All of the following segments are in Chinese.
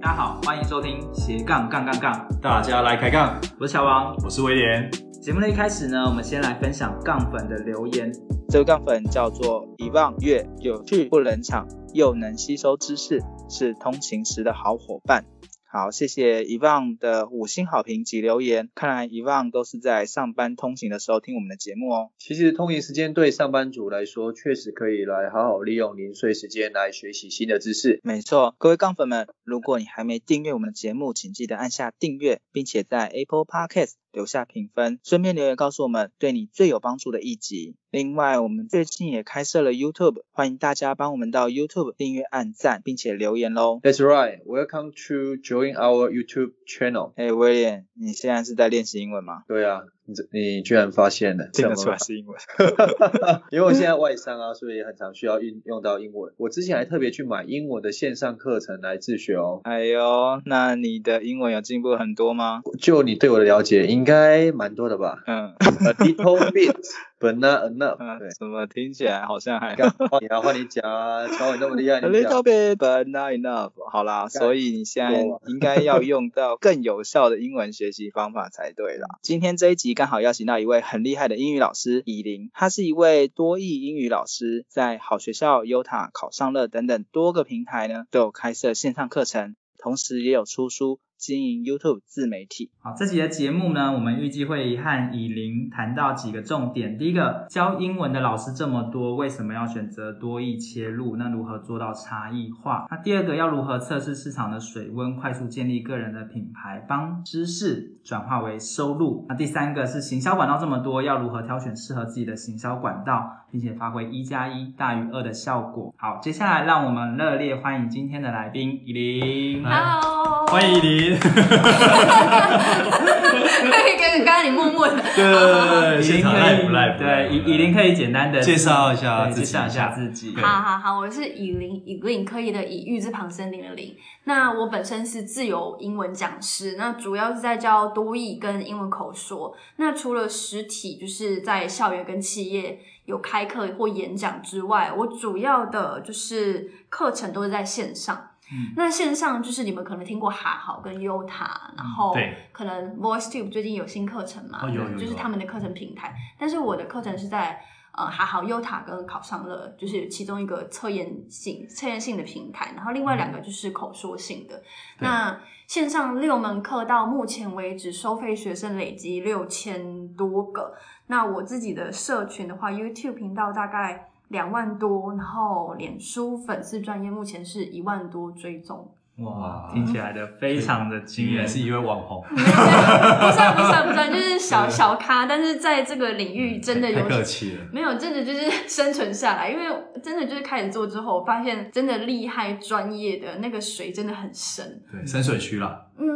大家好，欢迎收听斜杠杠杠杠，大家来开杠，我是小王。我是威廉。节目的一开始呢，我们先来分享杠粉的留言。这个杠粉叫做遗忘月，有趣不冷场，又能吸收知识，是通勤时的好伙伴。好，谢谢遗忘的五星好评及留言。看来遗忘都是在上班通勤的时候听我们的节目哦。其实通勤时间对上班族来说，确实可以来好好利用零碎时间来学习新的知识。没错，各位杠粉们，如果你还没订阅我们的节目，请记得按下订阅，并且在 Apple Podcast 留下评分，顺便留言告诉我们对你最有帮助的一集。另外，我们最近也开设了 YouTube，欢迎大家帮我们到 YouTube 订阅、按赞，并且留言喽。 That's right. Welcome to join our YouTube channel. 哎，威廉，你现在是在练习英文吗？对啊，你这你居然发现了，听得出来是英文。 因为我现在外商啊，所以很常需要运用到英文。我之前还特别去买英文的线上课程来自学哦。哎呦，那你的英文有进步很多吗？就你对我的了解，应该蛮多的吧 嗯？A little bit, but not enough. 嗯对，，怎么听起来好像还干换你啊，换你讲啊，瞧你那么厉害， A 你讲 little。bit, but not enough。好啦，所以你现在够应该要用到更有效的英文学习方法才对啦。今天这一集刚好邀请到一位很厉害的英语老师以琳，她是一位多益英语老师，在好学校、优塔、考上乐等等多个平台呢都有开设线上课程，同时也有出书。经营 YouTube 自媒体。好，这集的节目呢，我们预计会和以琳谈到几个重点。第一个，教英文的老师这么多，为什么要选择多义切入？那如何做到差异化？那第二个，要如何测试市场的水温，快速建立个人的品牌，帮知识转化为收入？那第三个是行销管道这么多，要如何挑选适合自己的行销管道，并且发挥一加一大于二的效果？好，接下来让我们热烈欢迎今天的来宾以琳。 Hello， 欢迎依。 林， 刚刚你默默的，对对以对，呃现琳场可 live 不以 live？对，以以琳可以简单的介绍一下自介己绍一一下下自己。对好好好，我是以林以林科以的以玉字旁森林的林。那我本身是自由英文讲师，那主要是在教多义跟英文口说。那除了实体就是在校园跟企业有开课或演讲之外，我主要的就是课程都是在线上。嗯那线上就是你们可能听过哈好跟优塔，然后嗯对可能 VoiceTube 最近有新课程嘛，哦有有有啊就是他们的课程平台。但是我的课程是在呃还好优塔跟考上了，就是其中一个测验性测验性的平台，然后另外嗯两个就是口说性的。那线上六门课到目前为止，收费学生累积六千多个。那我自己的社群的话，YouTube 频道大概两万多，然后脸书粉丝专业目前是一万多 追踪。哇哇，听起来的非常的惊今人年。是一位网红，不算不算不算，就是小小咖，但是在这个领域真的太有客气了。没有，真的就是生存下来，因为真的就是开始做之后，我发现真的厉害专业的那个水真的很深。对，深水区啦，嗯，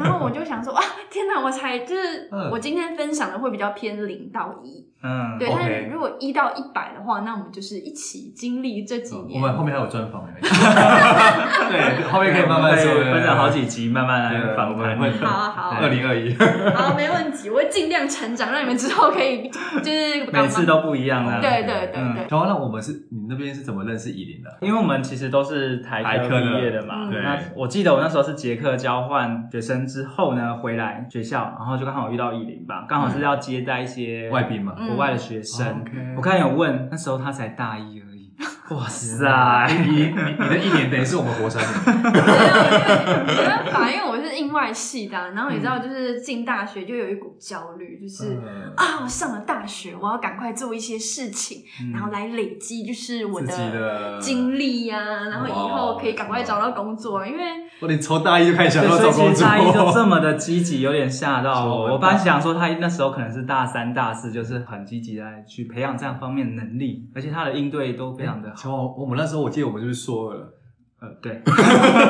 然后我就想说，哇，天哪，我才就是嗯我今天分享的会比较偏零到一，嗯，对，但是 OK 如果一到一百的话，那我们就是一起经历这几我年。们后面还有专 访，欸对，后面可以慢慢说，对分了好几集，慢慢来对访我谈们。会好啊好啊 二零二一， 好，没问题，我会尽量成长，让你们之后可以 就是每次都不一样啊。对对对对，然后那我们是你那边是怎么认识依林的？因为我们其实都是台台科科毕的业的嘛，嗯那对我记得我那时候是捷克交换学生之后呢，回来学校，然后就刚好遇到以琳吧，刚好是要接待一嗯些嗯外宾嘛，哦国外的学生。 OK 我看有问，那时候他才大一而 已，哇塞！ 你你你的一年等于是我们活三年，没办法，因为我是印外系的啊、然后你知道，就是进大学就有一股焦虑，就是、嗯啊，我上了大学，我要赶快做一些事情，然后来累积就是我嗯自己的的嗯经历呀、然后以后可以赶快找到工作啊，因为我你从大一就开始想对，要所找以其工实作，大一就这么的积极，有点吓到我。是我本来想说他那时候可能是大三、大四，就是很积极来去培养这样方面的能力，而且他的应对都非常 的好。乔王，哦我们那时候我记得我们就是说了，呃，对。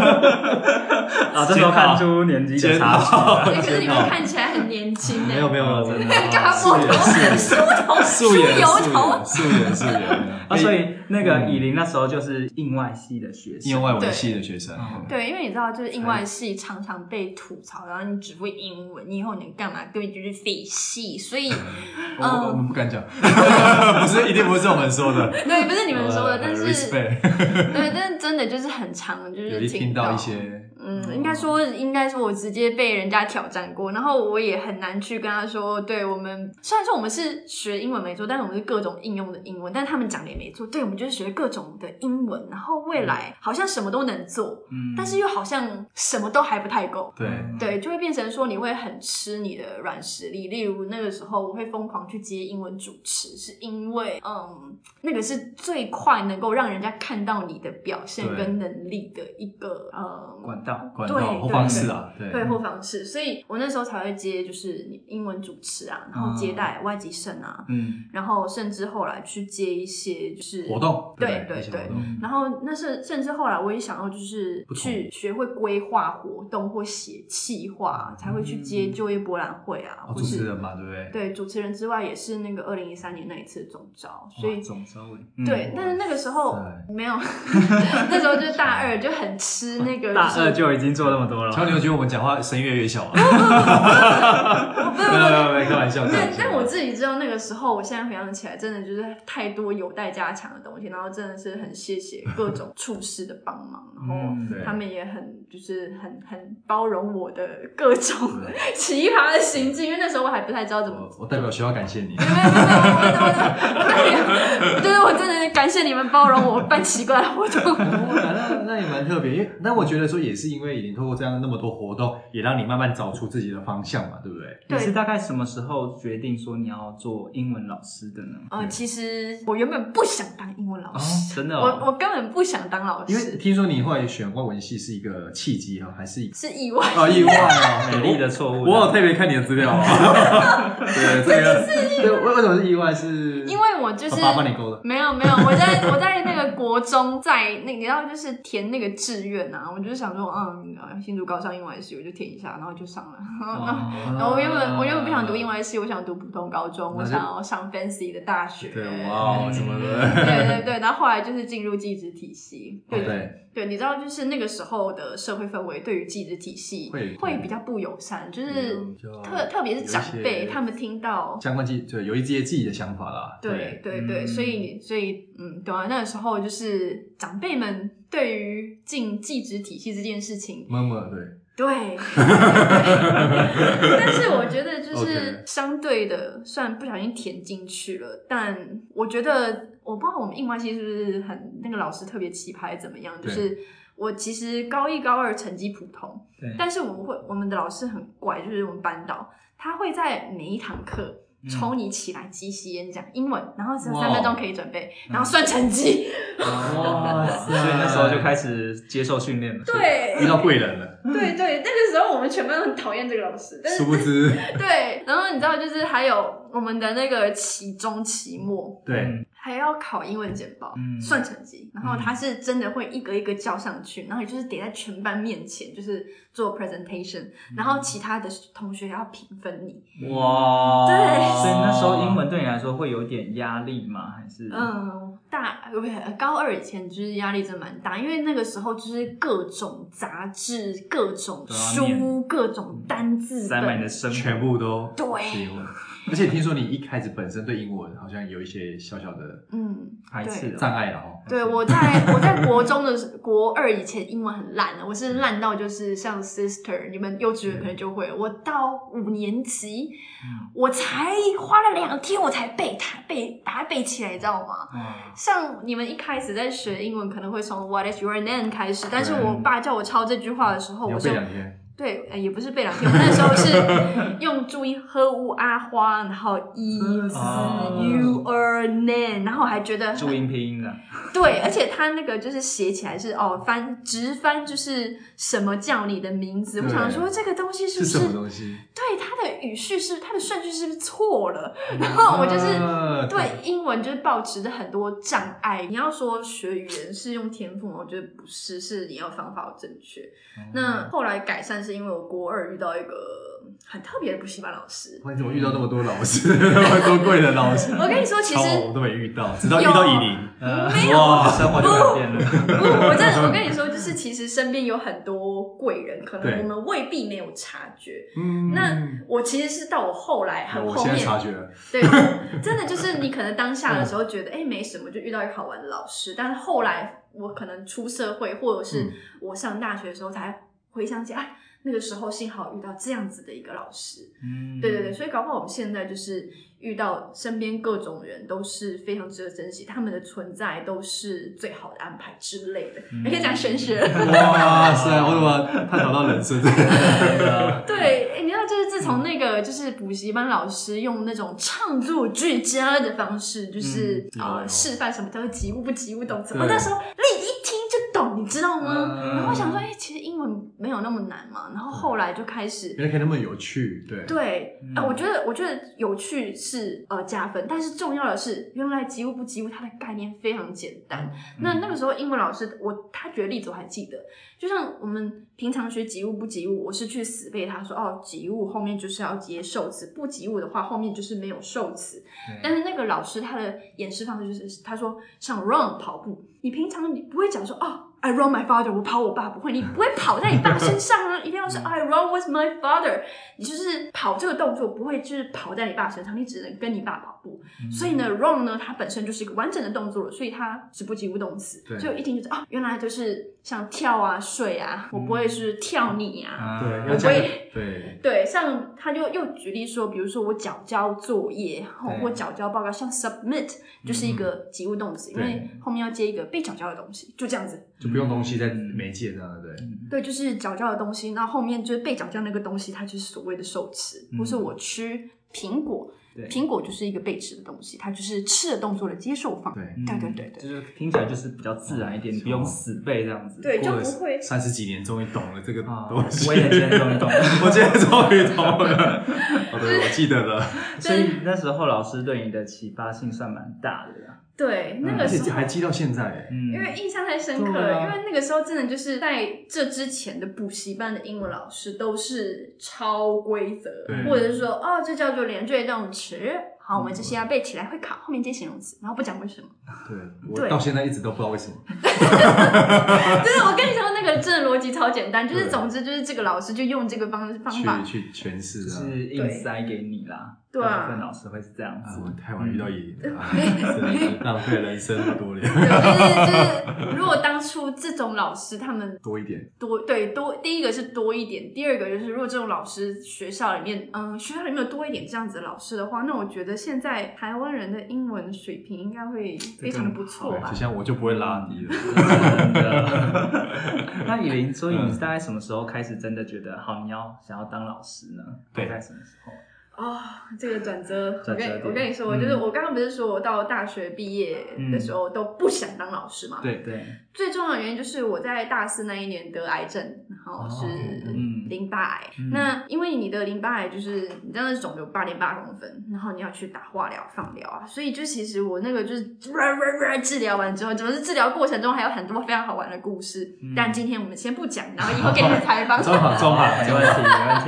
啊，这时候看出年纪的差距了。可是你们看起来很年轻呢、没有没有，真的干嘛摸头梳头梳素颜油素头颜？素颜素颜啊，所以那嗯个以琳那时候就是应外系的学生，因外文系的学生，嗯对，因为你知道，就是英外系常常被吐槽，然后你只会英文，你以后你干嘛？根本就是废系。所以，我嗯我我们不敢讲， 不是一定不是我们说的，对，不是你们说的，呃但是 respect 对，但是真的就是很常，就有是一听到到一些嗯，应该说，应该说，我直接被人家挑战过，然后我也很难去跟他说，对我们虽然说我们是学英文没错，但是我们是各种应用的英文，但他们讲的也没错，对我们就是学各种的英文，然后未来好像什么都能做，嗯但是又好像什么都还不太够，对，对，就会变成说你会很吃你的软实力。例如那个时候，我会疯狂去接英文主持，是因为嗯，那个是最快能够让人家看到你的表现对跟能力的一个呃管道，管对道或对方式啊，对，对或方式，所以我那时候才会接就是英文主持啊，然后接待外籍生啊，嗯，然后甚至后来去接一些就是活。动，对对对一些对活动，然后那是甚至后来我也想要就是不同去学会规划活动或写企划，才会去接就业博览会啊，嗯哦或主持是人嘛，对不对？对主持人之外，也是那个二零一三年那一次的总招，所以哇总招诶，嗯对，但是那个时候对没有， 那时候就是大二就很吃那 个大是二就已经做那么多乔，了，你有觉得我们讲话声音越来越小啊？不没不有没有没有，不开玩笑，开玩但笑但我自己知道那个时候，我现在回想起来，真的就是太多有待加强的东西，然后真的是很谢 谢各种厨师的帮忙，然后嗯他们也很就是很很包容我的各种对 奇葩的行径，因为那时候我还不太知道怎么我我代表学校感谢你没有没有没有，我我我我，我就是我真的感谢你们包容我办奇怪的活动。 哦那那也蛮特别，因为那我觉得说也是因为你透过这样那么多活动，也让你慢慢找出自己的方向嘛，对不对？你对是大概什么时候决定说你要做英文老师的呢？呃，其实我原本不想当英文老师，真的哦我我根本不想当老因为师，听说你后来选外文系是一个契机啊，还是一个是意外。啊意外哦，美丽的错误，我有特别看你的资料啊，对这个，对为为什么是意外是？因为我就是爸爸帮你勾的没有没有，我在我在那个国中，在那你知道就是填那个志愿啊，我就是想说，嗯，呃新竹高校英文系，我就填一下，然后就上了。哦 然后我原本我原本不想读英，文系，我想读普通高中，我那就想要上 fancy 的嗯大学。对哇哦什么对的，哦对对，然后后来就是进入技职体系， 对对，对，你知道就是那个时候的社会氛围对于技职体系会会比较不友善，就是嗯就特特别是长有一些辈他们听到，相关记对有一些自己的想法啦，对对嗯对，所以所以嗯，对啊，那个时候就是长辈们对于进技职体系这件事情，么么对， 对，但是我觉得就 OK 是相对的，虽然不小心填进去了，但我觉得我不知道我们印外系是不是很那个老师特别奇葩，怎么样？就对是我其实高一高二成绩普通，对但是我们会我们的老师很怪，就是我们班导他会在每一堂课。抽你起来即吸烟讲英文，然后只嗯有哇哦嗯三分钟可以准备，然后算成绩。哇塞，所以那时候就开始接受训练了。对 遇到贵人了，对对，那个时候我们全班都很讨厌这个老师，但是殊不知，对，然后你知道，就是还有我们的那个期中、期末对，嗯还要考英文简报，嗯算成绩。然后他嗯是真的会一个一个叫上去，然后你就是得在全班面前就是做 presentation，、然嗯后其他的同学要评分你。哇，对所以那时候英文对你来说会有点压力吗？还是嗯，大呃不是高二以前就是压力真的蛮大，因为那个时候就是各种杂志、各种都要书、念嗯各种单字塞满你本的，生活全部都是对，英文，而且听说你一开始本身对英文好像有一些小小的嗯，排对斥了？障碍了哦，对，我在我在国中的时国二以前英文很烂的，我是烂到就是像 sister，你们幼稚园可能就会，我到五年级，嗯我才花了两天我才背它背把它背起来，你知道吗？啊哇像你们一开始在学英文，可能会从 What is your name 开始，但是对我爸叫我抄这句话的时候，你要我背说两天，对，呃也不是背两天，我那时 候是用注音呵乌阿花，然后 e 真的 s 是 u r name，然后我还觉得注音拼音啊的，对，而且他那个就是写起来是哦翻直翻就是什么叫你的名字，我对想说这个东西是是不什是么东西？对它的语序是它的顺序是不是错了？然后哦我就是。嗯啊对英文就是保持着很多障碍。你要说学语言是用天赋吗？我觉得不是，是你要方法要正确。哦那后来改善是因为我国二遇到一个很特别的补习班老师。哇，你怎么遇到那么多老师，那么多贵人老师？我跟你说，其超实哦嗯好，我都没遇到，直到遇到以琳，呃没有哇生活就改变了。不，我真的，我跟你说，就是其实身边有很多贵人，可对能我们未必没有察觉。 嗯那我其实是到我后来哎很我后现在面，察觉了， 对，真的就是你可能当下的时候觉得哎、诶没什么，就遇到一个好玩的老师，但是后来我可能出社会，或者嗯是我上大学的时候才回想起啊，那个时候幸好遇到这样子的一个老师，嗯对对对，，所以搞不好我们现在就是遇到身边各种人都是非常值得珍惜，他们的存在都是最好的安排之类的。嗯你可以讲神学。嗯哇塞，我怎么探讨到人 生？对啊对，哎诶你知道，就是自嗯从那个就是补习班老师用那种唱作俱佳的方式，就是嗯有啊有示范什么叫及物不及物懂词，对我那时候那一听就懂，你知道吗？嗯然后我想说，哎，其实英文没有那么难嘛。然后后来就开始原来可以那么有趣，对，对，嗯啊、我觉得我觉得有趣是呃加分，但是重要的是，原来及物不及物，它的概念非常简单。那那个时候英文老师，我他举的例子我还记得，就像我们平常学及物不及物，我是去死背他说哦，及物后面就是要接受词，不及物的话后面就是没有受词。但是那个老师他的演示方式就是，他说像 run 跑步，你平常你不会讲说哦，I run my father，我跑我爸，不会，你不会跑在你爸身上啊，一定要是 I run with my father，你就是跑这个动作不会就是跑在你爸身上，你只能跟你爸跑步。所以呢，run 呢它本身就是一个完整的动作了，所以它是不及物动词对，所以我一听就是啊、原来就是像跳啊、睡啊，我不会是跳你嗯啊，啊对，要我不讲会。对，对，像他就又举例说，比如说我缴交作业哦对或缴交报告，像 submit 就是一个及物动词，嗯因对嗯为后面要接一个被缴交的东西，就这样子。就不用东西在媒介这样的，对，对，就是缴交的东西，那后面就是被缴交那个东西，它就是所谓的受吃，嗯或是我吃苹果，对苹果就是一个被吃的东西，它就是吃的动作的接受方。对对对对对就是听起来就是比较自然一点，嗯你不用死背这样子。对，就过了不会。三十几年终于懂了这个啊，东西，我也今天终于懂了。 我今天终于懂了，好的，我记得了，所以那时候老师对你的启发性算蛮大的啦。对，那嗯而个时且候还记到现在，嗯因为印象太深对刻了，啊因为那个时候真的就是在这之前的补习班的英文老师都是超规则对，或者是说哦，这叫做连缀动词，好，我们这些要背起来会考，后面接形容词，然后不讲为什么。 对我对到现在一直都不知道为什么，就是我跟你说，那个真的逻辑超简单，就是对总之就是这个老师就用这个方方法去，去诠释就啊，是硬塞给你啦。对大啊部分老师会是这样啊子，。我太晚遇到野营了 啊，真的是浪费人生好多年，嗯对，就是就是，如果当初这种老师他们 多一点，多对多，第一个是多一点，第二个就是如果这种老师学校里面，嗯，学校里面有多一点这样子的老师的话，那我觉得现在台湾人的英文水平应该会非常的不错对吧嗯就。像我就不会拉低了。真的。 那以琳，所以嗯你大概什么时候开始真的觉得好，你要想要当老师呢？对大概什么时候？哦，这个转折，我转跟折点嗯我跟你说，我就是我刚刚不是说我到大学毕业的时候都不想当老师嘛？对对，最重要的原因就是我在大四那一年得癌症，然后是哦嗯淋巴癌。嗯那因为你的淋巴癌就是你知道那肿瘤八点八公分，然后你要去打化疗、放疗啊，所以就其实我那个就是治疗完之后，怎么是治疗过程中还有很多非常好玩的故事，嗯但今天我们先不讲，然后以后给你们采访。中好中好没问题，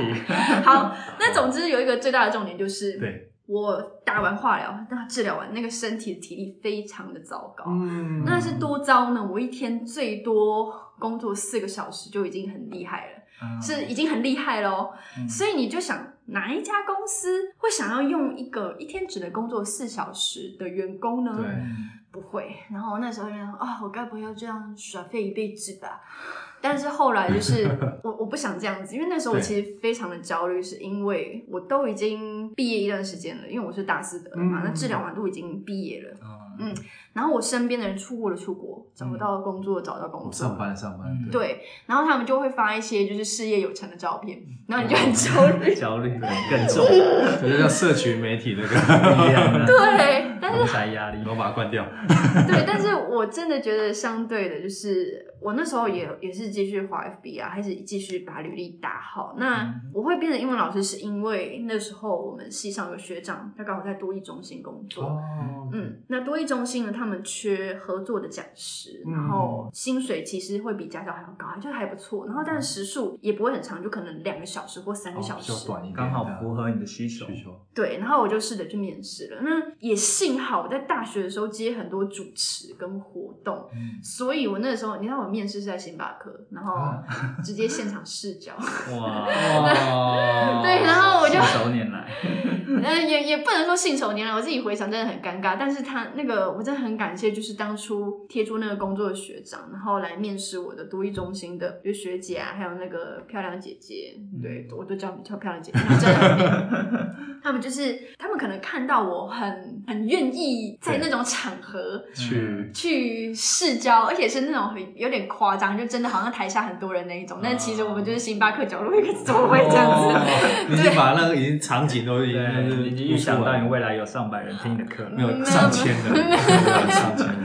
没问题。 好，那总之有一个最大的重点就是，对，我打完化疗，那治疗完，那个身体的体力非常的糟糕。嗯哦那是多糟呢？我一天最多工作四个小时就已经很厉害啊了，嗯是已经很厉害喽。嗯所以你就想，哪一家公司会想要用一个一天只能工作四小时的员工呢？对不会。然后那时候就想，啊、我该不会要这样耍废一辈子吧？但是后来就是 我我不想这样子，因为那时候我对其实非常的焦虑，是因为我都已经毕业一段时间了，因为我是大四的嘛，嗯哦那治疗完都已经毕业了。嗯然后我身边的人出国的出嗯国，找不到工作的找不到工我作，哦上班上班，嗯对，然后他们就会发一些就是事业有成的照片，嗯然后你就很焦哦虑。焦虑更重，这就叫社群媒体那个，力 量 呢对，但是同才压力然。后把它关掉。对，但是我真的觉得相对的，就是我那时候也也是继续滑 FB 啊，还是继续把履历打好。那嗯我会变成英文老师，是因为那时候我们系上有学长，他刚好在多益中心工作，哦，嗯，那多益中心呢，他们缺合作的讲师，嗯嗯然后薪水其实会比家教还要高，就还不错。然后但时数也不会很长，就可能两个小时或三个小哦比时。较短一点，刚好符合你的需求。需求。对，然后我就试着去面试了。那也幸好我在大学的时候接很多主持跟活动，嗯所以我那时候你看我面试是在星巴克，然后啊直接现场试教。哇，哦 对，然后我就信手拈来。嗯，得也也不能说信手拈来，我自己回想真的很尴尬。但是他那个，我真的很感谢，就是当初贴出那个工作的学长，然后来面试我的独立中心的，就学姐啊，还有那个漂亮姐姐，对嗯我都叫叫漂亮姐姐，真的很美。 他们就是他们可能看到我很很愿意在那种场合去去试教，而且是那种很有点夸张，就真的好像台下很多人那一种。但其实我们就是星巴克角落一个座位这样子。你哦已经把那个已经场景都已经就是对，你预想到你估出未来有上百人听你的课，来没有 上千的，上千的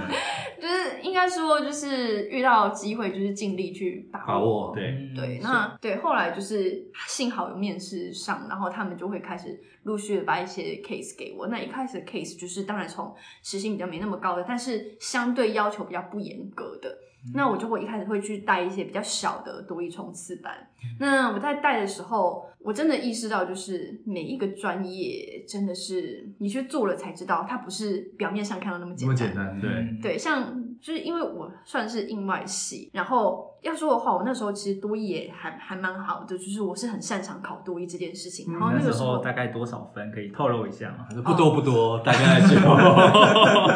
就是应该说，就是遇到机会就是尽力去把握。把握，对，嗯对，那对后来就是幸好有面试上，然后他们就会开始陆续的把一些 case 给我。那一开始的 case 就是当然从时薪比较没那么高的，但是相对要求比较不严格的。那我就会一开始会去带一些比较小的多益冲刺班。那我在带的时候，我真的意识到，就是每一个专业真的是你去做了才知道，它不是表面上看到那么这简么单。简单，对，嗯，对，像就是因为我算是应外系，然后要说的话，我那时候其实多艺也还还蛮好的，就是我是很擅长考多艺这件事情。然后嗯那那时个时候，候大概多少分可以透露一下吗？不多不多，哦大概 就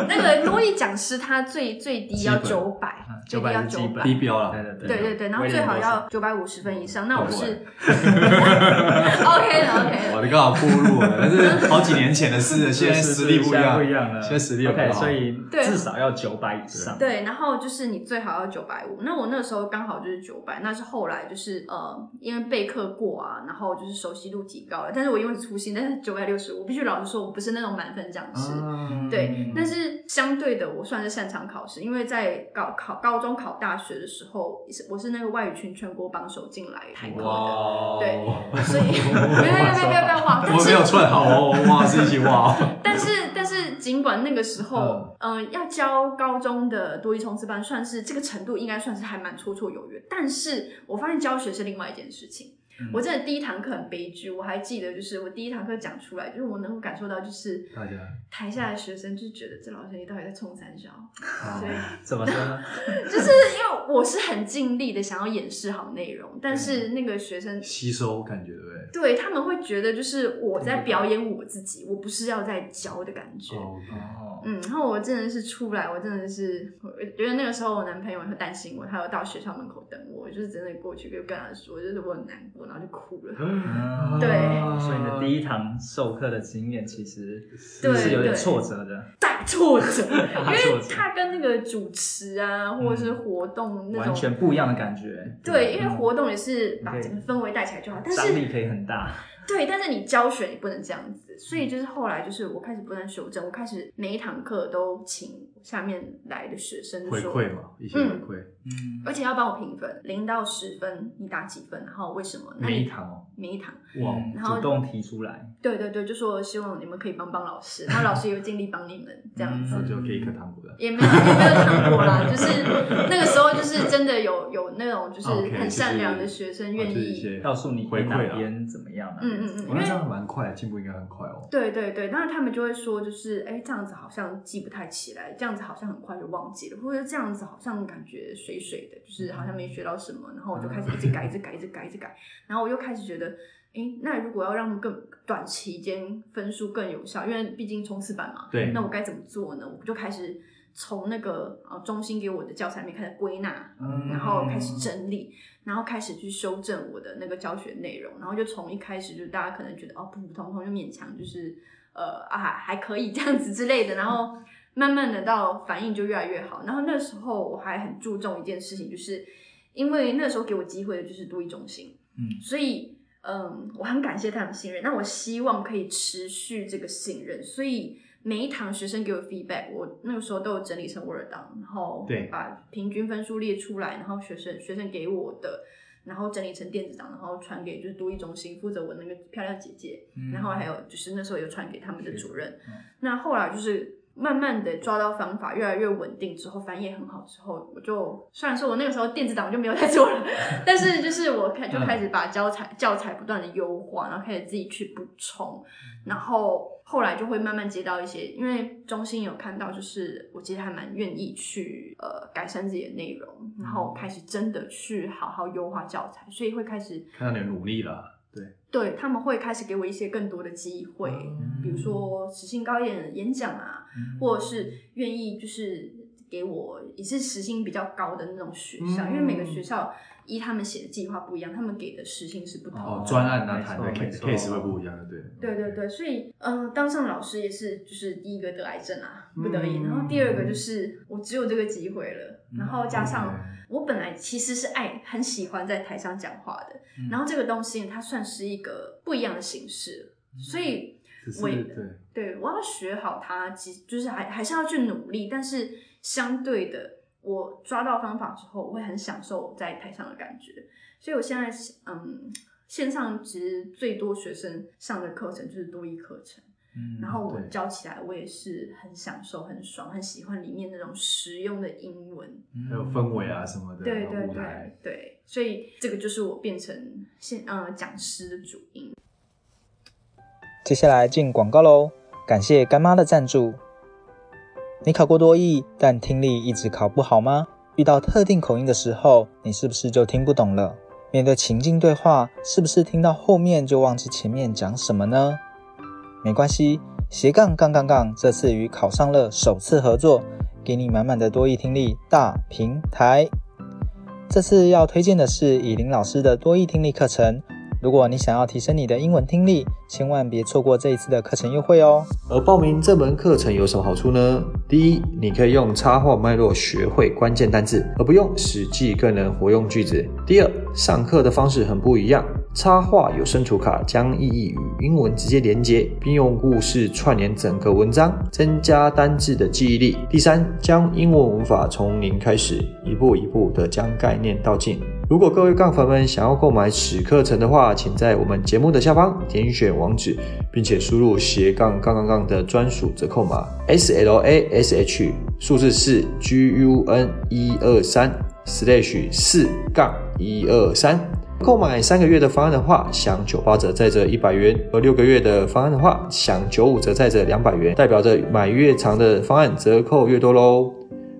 那个多艺讲师他最最低要基本九百嗯，最低要900是九基百本。低标了对。对对对对对，然后最好要九百五十分以上。那我是 OK 的 OK 的，我的哦刚好步入了，但是好几年前的事了，现在实力不一现在样，不一样了，现在实力也不 OK，好所以对至少要九百以上。对，然后就是你最好要九百五。那我那时候刚好就是九百，那是后来就是呃，因为备课过啊，然后就是熟悉度提高了。但是我因为粗心，但是九百六十五，必须老实说，我不是那种满分讲师。啊对，但是相对的，我算是擅长考试，因为在高考高中考大学的时候，是我是那个外语群全国榜首进来台科的，哇，对所以 不要不要不要不要不要忘，但我没是有串好哦，哇，是一起哇哦，但是但是尽管那个时候，嗯、要教高中的多一冲刺班，算是这个程度应该算是还蛮绰绰有余。但是我发现教学是另外一件事情。我真的第一堂课很悲剧，我还记得，就是我第一堂课讲出来，就是我能够感受到，就是大家台下的学生就觉得这老师你到底在冲三小，啊所以怎么说呢？ 就是因为我是很尽力的想要掩饰好内容，但是那个 学生吸收感觉对不对？对他们会觉得就是我在表演我自己，我不是要在教的感觉。哦，哦，嗯，然后我真的是出不来，我真的是，我觉得那个时候我男朋友会担心我，他有到学校门口等我，我就是真的过去就跟他说，就是我很难过，然后就哭了。嗯对所以你的第一堂授课的经验其实对是有点挫折的，大挫折，因大为挫折他跟那个主持啊，或者是活动那完种，全不一样的感觉，对，因为嗯活动也是把整个氛围带起来就好，但张是力可以很大。对，但是你教学你不能这样子，所以就是后来就是我开始不断修正，我开始每一堂课都请下面来的学生回说，馈嘛，一些回馈，嗯而且要帮我评分，零到十分你打几分，然后为什么？那每一你堂哦，每一堂，哇，嗯然后主动提出来，对对对，就说希望你们可以帮帮老师，然后老师也会尽力帮你 们这样子。嗯那就可以一颗糖果了。也没有也没有看过啦，就是那个时候就是真的有有那种就是 OK，很善良的就是学生哦愿就是一意，些告诉你回哪馈啊。边怎么样啊？嗯嗯嗯，我因那为这样蛮快，进步应该很快哦。对对对，那他们就会说，就是哎，这样子好像记不太起来，这样子好像很快就忘记了，或者这样子好像感觉水水的，就是好像没学到什么，然后我就开始一直改，一直改，一直改，一直改，然后我又开始觉得，哎，那如果要让更短期间分数更有效，因为毕竟冲刺班嘛，对那我该怎么做呢？我就开始从那个呃中心给我的教材里面开始归纳，嗯然后开始整理，然后开始去修正我的那个教学内容，然后就从一开始就大家可能觉得哦普普通通就勉强就是呃啊还可以这样子之类的，然后慢慢的到反应就越来越好。然后那时候我还很注重一件事情，就是因为那时候给我机会的就是多益中心，嗯所以嗯我很感谢他们信任，那我希望可以持续这个信任，所以。每一堂学生给我 feedback，我那个时候都有整理成 Word 档，然后对把平均分数列出来，然后学生学生给我的，然后整理成电子档，然后传给就是多益中心负责我那个漂亮姐姐，嗯然后还有就是那时候有传给他们的主任嗯。那后来就是慢慢的抓到方法，越来越稳定之后，反应也很好之后，我就虽然说我那个时候电子档就没有在做 了，但是就是我开就嗯开始把教材教材不断的优化，然后开始自己去补充，嗯然后。后来就会慢慢接到一些，因为中心有看到，就是我其实还蛮愿意去呃改善自己的内嗯容，然后开始真的去好好优化教材，所以会开始看到你的努力了，对他们会开始给我一些更多的机会，嗯比如说实行高一点的演讲啊，或者是愿意就是给我也是时薪比较高的那种学校，嗯因为每个学校依他们写的计划不一样，他们给的时薪是不同的。哦，专案啊谈的没 case 错没 case 错会不一样的，对。对对对，所以呃，当上老师也是就是第一个得癌症啊，嗯不得已。然后第二个就是我只有这个机会了，嗯然后加上 OK 我本来其实是爱很喜欢在台上讲话的，嗯然后这个东西它算是一个不一样的形式，嗯所以只是我也对，对我要学好它，其就是还还是要去努力，但是相对的。我抓到方法之后，我会很享受在台上的感觉，所以我现在嗯，线上其实最多学生上的课程就是多一课程。嗯然后我对教起来，我也是很享受、很爽、很喜欢里面那种实用的英文。嗯还有氛围啊什么的，对然后对舞台对对，所以这个就是我变成现呃讲师的主因。接下来进广告喽，感谢干妈的赞助。你考过多译，但听力一直考不好吗？遇到特定口音的时候，你是不是就听不懂了？面对情境对话，是不是听到后面就忘记前面讲什么呢？没关系，斜杠杠杠杠这次与考上乐首次合作，给你满满的多义听力大平台。这次要推荐的是以林老师的多义听力课程，如果你想要提升你的英文听力，千万别错过这一次的课程优惠哦。而报名这门课程有什么好处呢？第一，你可以用插画脉络学会关键单字，而不用史记更能活用句子。第二，上课的方式很不一样，插画有声图卡将意义与英文直接连接，并用故事串联整个文章，增加单字的记忆力。第三，将英文文法从零开始，一步一步的将概念道尽。如果各位杠粉们想要购买此课程的话，请在我们节目的下方点选网址，并且输入斜杠杠杠杠的专属折扣码 S L A S H 数字四 G U N 一二三 slash 四杠一二三。购买三个月的方案的话，享九八折再折一百元；而六个月的方案的话，享九五折再折两百元，代表着买越长的方案折扣越多喽。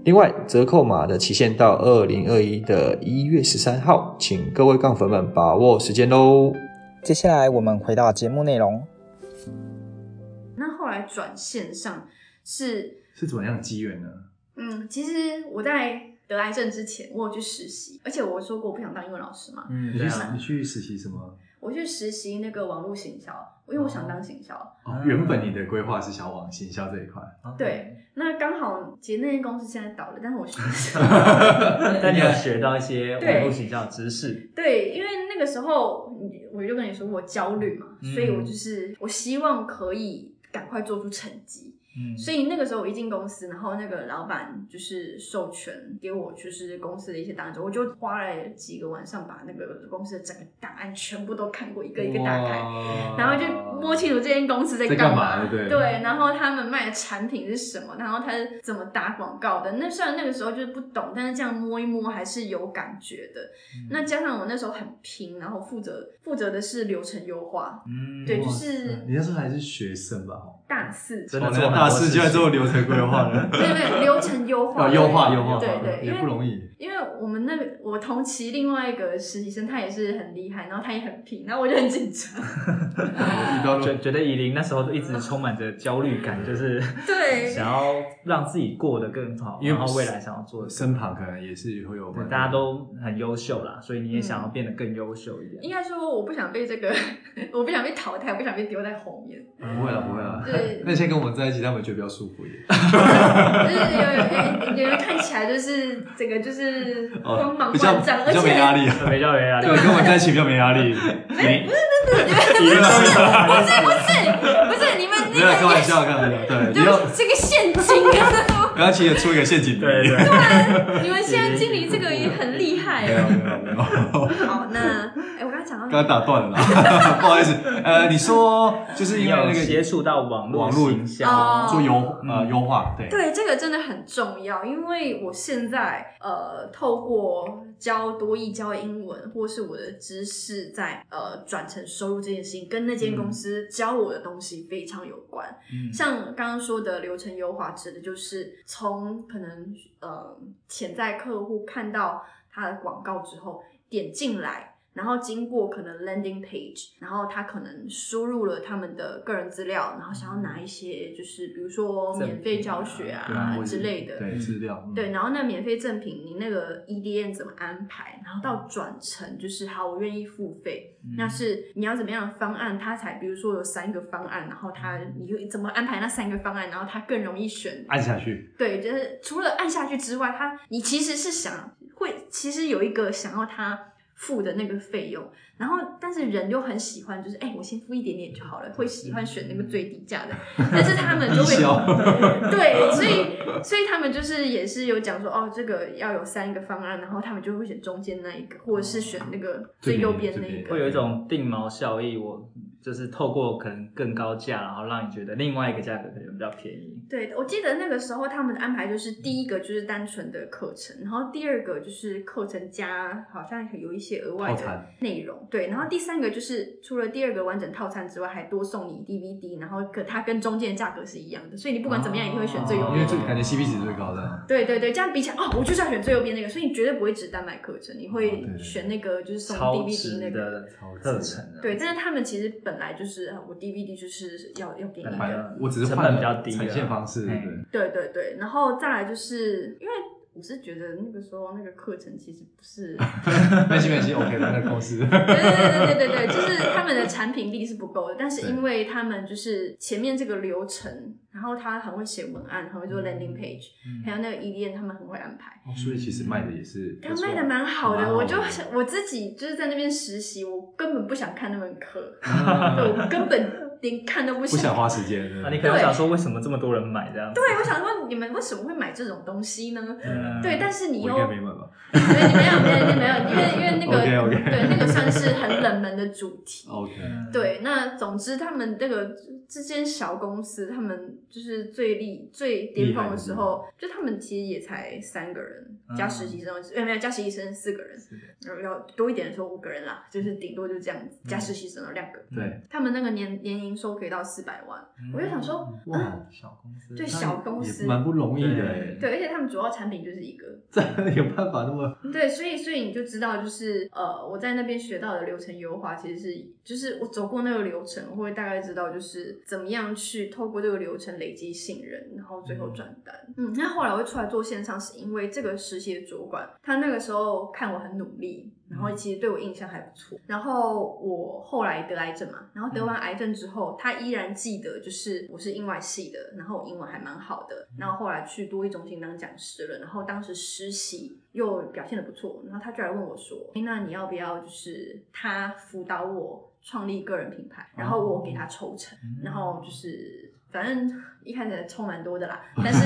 另外，折扣码的期限到二零二一的一月十三号，请各位杠粉们把握时间喽。接下来我们回到节目内容。那后来转线上是是怎么样机缘呢？嗯，其实我在得癌症之前，我有去实习，而且我说过我不想当英文老师嘛，嗯，你对去啊你，去实习什么？我去实习那个网络行销，因为我想当行销。哦，原本你的规划是想往行销这一块， 对，那刚好其实那间公司现在倒了，但 是我学但你有学到一些网络形象知识，对，因为那个时候你我就跟你说我焦虑嘛，嗯所以我就是我希望可以赶快做出成绩，嗯，所以那个时候我一进公司，然后那个老板就是授权给我就是公司的一些档案，我就花了几个晚上把那个公司的整个档案全部都看过，一个一个打开。哇然后就摸清楚这间公司在在干干嘛对不对然后他们卖的产品是什么，然后他是怎么打广告的。那虽然那个时候就是不懂，但是这样摸一摸还是有感觉的。嗯嗯那加上我那时候很拼，然后负责负责的是流程优化，嗯，对，就哇是你那时候还是学生吧？大四，真哦的那做很多大四事就在情做流程规划了，对对，流程优化， 要哦优化优化，对对，因也为不容易。因为我们那个我同期另外一个实习生，他也是很厉害，然后他也很拼，然后我就很 紧张。遇到觉觉得以琳那时候一直充满着焦虑感，就是对想要让自己过得更好，因为然后未来想要做的事，身旁可能也是会有对蛮大家都很优秀啦，所以你也想要变得更优秀一应点。该说我不想被这个，我不想被淘汰，我不想被丢在后面。不会了，不会了 对。那先跟我们在一起，他们觉得比较舒服一点。就是有有有有人看起来就是整个就是光哦，芒比较万丈，而比较没压 且力啊。没叫没压力对，，跟我在一起比较没压 力。 以琳上面不是不是不是你们没那有个开玩笑，开玩笑。 对，对你要不起，这个陷阱啊！ 不要企也出一个陷阱对对，你们现在经理这个也很厉害没有啊。没有没有，好，那哎，我刚刚讲到 刚刚打断了啦， 不好意思。呃，你说就是因你为有那接个触到网络网络形哦象，做优呃优化，对，对，这个真的很重要，因为我现在呃，透过教多义、教英文，或是我的知识在呃转成收入这件事情，跟那间公司教我的东西非常有关。嗯像刚刚说的流程优化，指的就是从可能呃潜在客户看到他的广告之后点进来。然后经过可能 landing page，然后他可能输入了他们的个人资料，然后想要拿一些就是比如说赠品啊免费教学对啊啊或者之类的，对资料，嗯对，然后那免费赠品，你那个 EDM 怎么安排？然后到转成就是好，我愿意付费，那是你要怎么样的方案，它才比如说有三个方案，然后它你又怎么安排那三个方案，然后它更容易选。按下去，对，就是除了按下去之外，它你其实是想会，其实有一个想要它付的那个费用，然后但是人又很喜欢，就是哎、我先付一点点就好了，会喜欢选那个最低价的，但是他们就会低消 对，所以所以他们就是也是有讲说，哦，这个要有三个方案，然后他们就会选中间那一个，或者是选那个最右边那一最个会。有一种定锚效益，我就是透过可能更高价，然后让你觉得另外一个价格可能比较便宜。对，我记得那个时候他们的安排就是第一个就是单纯的课程，然后第二个就是课程加好像有一些额外套餐的内容，对，然后第三个就是除了第二个完整套餐之外，还多送你 DVD，然后可它跟中间的价格是一样的，所以你不管怎么样，一定会选最右哦因边为那这个。个感觉 CP 值最高的，对对对，这样比起来哦，我就是要选最右边那个，所以你绝对不会只单买课程，你哦会对选那个就是送超值 DVD 那个。的课程啊，对，但是他们其实本来就是啊我 DVD 就是要要给你本来的，啊我只是成换本比较低啊呈现方式，哎对 对对对，然后再来就是因为我是觉得那个时候那个课程其实 不是，没关系没关系，OK，那个公 司，对对对对对对，就是他们的产品力是不够的，但是因为他们就是前面这个流程，然后他很会写文案，很会嗯做 landing page，、还有那个 EDM 他们很会安排。哦所以其实卖的也是他卖的蛮好蛮的，好我的就想我自己就是在那边实习，我根本不想看那门 课，对嗯我根本连看都不不想。想花时间，啊，你对可能想说为什么这么多人买这样子？对，我想说你们为什么会买这种东西呢？嗯对，但是你我又应该没买吧对你没有没有没有，因为因为那个 OK，OK 哦对那个算是很冷门的主题。 ？OK，嗯对，那总之他们这个这间小公司，他们就是最厉最巅峰的时候，就他们其实也才三个人，加嗯实习生，呃没有加实习生四个人，然后要多一点的时候五个人啦，就是顶多就这样子，加实习生有两个。对，他们那个年年营收可以到四百万，嗯我就想说，哇，小公司那对小公也司蛮不容易的哎，对，而且他们主要产品就是一个，这有办法那 么对，所以所以你就知道，就是呃，我在那边学到的流程优化，其实是就是我走过那个流程，我会大概知道就是怎么样去透过这个流程累积信任，然后最后转单。嗯，那后来我会出来做线上，是因为这个实习的主管，他那个时候看我很努力，然后其实对我印象还不错。然后我后来得癌症嘛，然后得完癌症之后，他依然记得就是我是英外系的，然后我英文还蛮好的，然后后来去多益中心当讲师了，然后当时实习又表现的不错，然后他就来问我说，诶那你要不要就是他辅导我创立个人品牌，然后我给他抽成，然后就是。反正一开始抽蛮多的啦，但是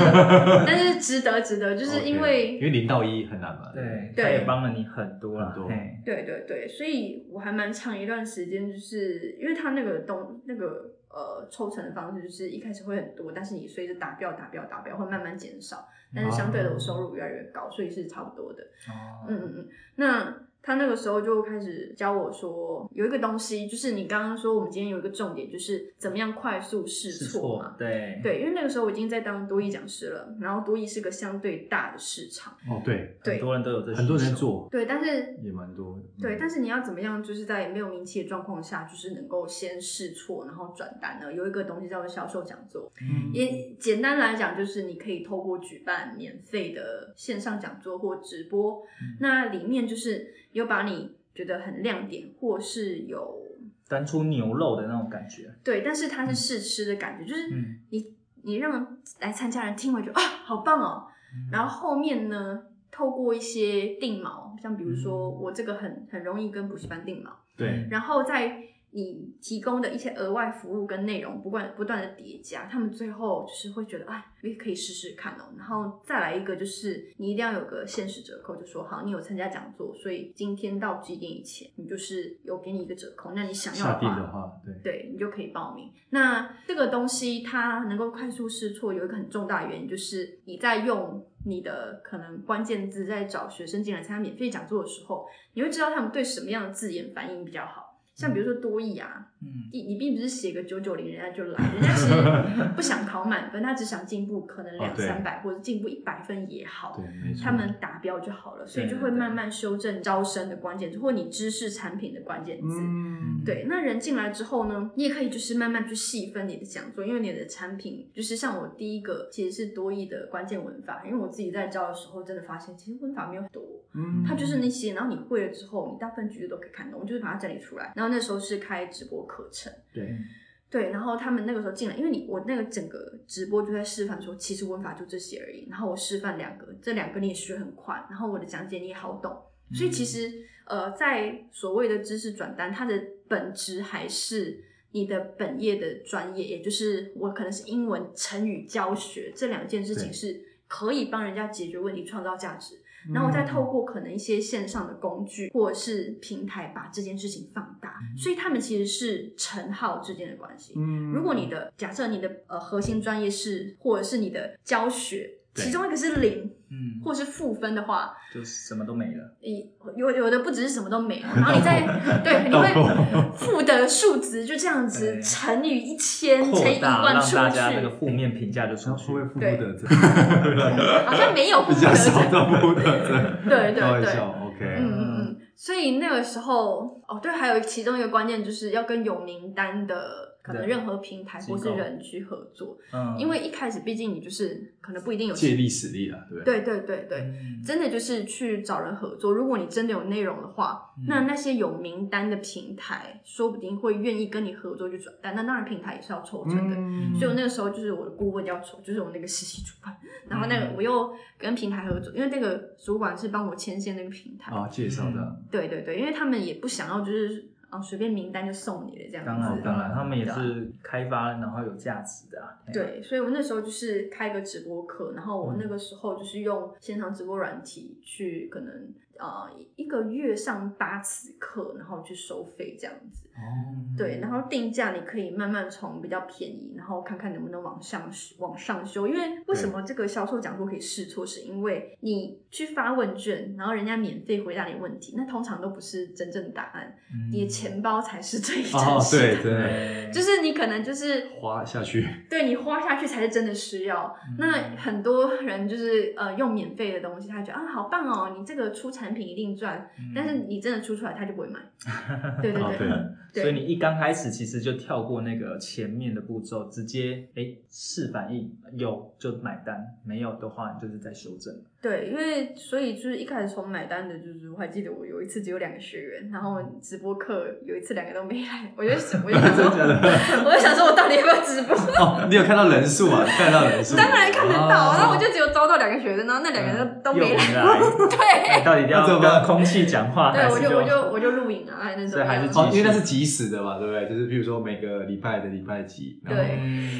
但是值得值得，就是因 OK，为因为零到一很难嘛，对，对他也帮了你很多了很，多嘿对对对，所以我还蛮长一段时间，就是因为他那个东那个呃抽成的方式，就是一开始会很多，但是你随着达标达标达标会慢慢减少，但是相对的我收入越来越高，所以是差不多的。哦嗯嗯嗯，那。他那个时候就开始教我说，有一个东西，就是你刚刚说我们今天有一个重点，就是怎么样快速试是错嘛错。，对，对，因为那个时候我已经在当多益讲师了，然后多益是个相对大的市场，哦对，对很多嗯人都有这需求，很多人在做，对，但是也蛮多嗯的，对，但是是你要怎么样，就是在没有名气的状况下，就是能够先试错，然后转单呢？有一个东西叫做销售讲座，嗯，也简单来讲，就是你可以透过举办免费的线上讲座或直播，嗯那里面就是有把你觉得很亮点，或是有端出牛肉的那种感觉，对，但是它是试吃的感觉，就是嗯你你让来参加人听完就啊，好棒哦，嗯然后后面呢，透过一些定锚，像比如说我这个很很容易跟补习班定锚。对，然后在你提供的一些额外服务跟内容，不断不断的叠加，他们最后就是会觉得，哎，也可以试试看哦。然后再来一个就是，你一定要有个限时折扣，就说好，你有参加讲座，所以今天到几点以前，你就是有给你一个折扣，那你想要下定话的话，对，对你就可以报名。那这个东西它能够快速试错，有一个很重大的原因就是你在用你的可能关键字在找学生进来参加免费讲座的时候，你会知道他们对什么样的字眼反应比较好。像比如说多义啊，嗯嗯，你你并不是写个九九零人家就来，人家其实不想考满分，他只想进步可能哦两对三百或者进步一百分也好，对，没错。他们达标就好了，所以对就对会对慢慢修正招生的关键字或你知识产品的关键字。嗯，对，那人进来之后呢，你也可以就是慢慢去细分你的讲座，因为你的产品就是像我第一个其实是多义的关键文法，因为我自己在教的时候真的发现，其实文法没有很多，嗯，它就是那些，然后你会了之后，你大部分句子都可以看懂，我就是把它整理出来。然后那时候是开直播课程，嗯对，对，然后他们那个时候进来，因为你我那个整个直播就在示范说，其实文法就这些而已。然后我示范两个，这两个你也学很快，然后我的讲解你也好懂。所以其实呃，在所谓的知识转单，它的本质还是你的本业的专业，也就是我可能是英文成语教学这两件事对情是可以帮人家解决问题、创造价值。然后我再嗯透过可能一些线上的工具或者是平台，把这件事情放大，所以他们其实是成号之间的关系。嗯，如果你的假设你的呃核心专业是或者是你的教学，对其中一个是零嗯，或是负分的话，就什么都没了，你有有的不只是什么都没有，然后你再对你会负的数值就这样子对乘以一千，乘以扩一大万让出大家那个去，负面评价就然出后去会不。会负负对得正？ 好像没有负比较的这少样，到负得正，对对开玩对笑，OK，嗯嗯嗯，所以那个时候哦，对，还有其中一个关键就是要跟有名单的可能对任何平台机或构是人去合作，嗯，因为一开始毕竟你就是可能不一定有借力使力了，对不对？对对对对，嗯真的就是去找人合作。如果你真的有内容的话，嗯那那些有名单的平台说不定会愿意跟你合作去转单。那当然，平台也是要抽成哦的。嗯，所以我那个时候就是我的顾问要抽，就是我那个实习主管，然后那嗯个我又跟平台合作，因为那个主管是帮我牵线那个平台。啊，介绍的，对对对，因为他们也不想要就是啊随便名单就送你的这样子。当然当然，他们也对啊是开发然后有价值的啊。嘿，对，所以我那时候就是开个直播课，然后我嗯那个时候就是用线上直播软体去，可能呃一个月上八次课，然后去收费这样子。哦对，然后定价你可以慢慢从比较便宜，然后看看能不能往上往上修。因为为什么这个销售讲座可以试错，是因为你去发问卷，然后人家免费回答你问题，那通常都不是真正答案，你的钱包才是最哦真，实对的。对，嗯 对，就是你可能就是花嗯下去， 对你花下去才是真的需要。那很多人就是呃用免费的东西，他觉得啊好棒哦，你这个出产品一定赚，嗯但是你真的出出来他就不会 买。对对啊对对所以你一刚开始其实就跳过那个前面的步骤，直接哎试反应，有就买单，没有的话你就是在修 正。对，因为所以就是一开始从买单的，就是我还记得我有一次只有两个学员，然后直播课有一次两个都没来， 我就想我就想嗯真的说， 我就想说我到底要不 要直播？哦，你有看到人数啊？看到人数， 当然看得到，啊哦嗯然后我就只有招到两个学生，然后那两个人都都又没没来。来，对哎到底要那怎么不办要空气讲话，对， 还我是就我就我就录影啊，那种。所以还是哦，因为那是即时的嘛，对不对？就是比如说每个礼拜的礼拜几，然后对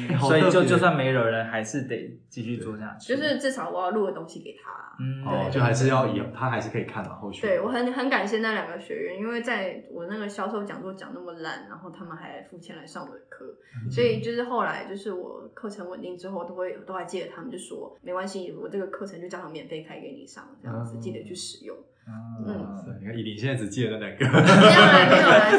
哎好所以特就别就算没有人，还是得继续做下去。就是至少我要录的东西给他。啊嗯，哦，就还是要以他还是可以看嘛，后续对我很很感谢那两个学员，因为在我那个销售讲座讲那么烂，然后他们还付钱来上我的课，嗯所以就是后来就是我课程稳定之后，都会都还记得他们就说没关系，我这个课程就叫他免费开给你上，这样子嗯记得去使用。 哇嗯塞，你看以琳现在只记得那两个，没有啦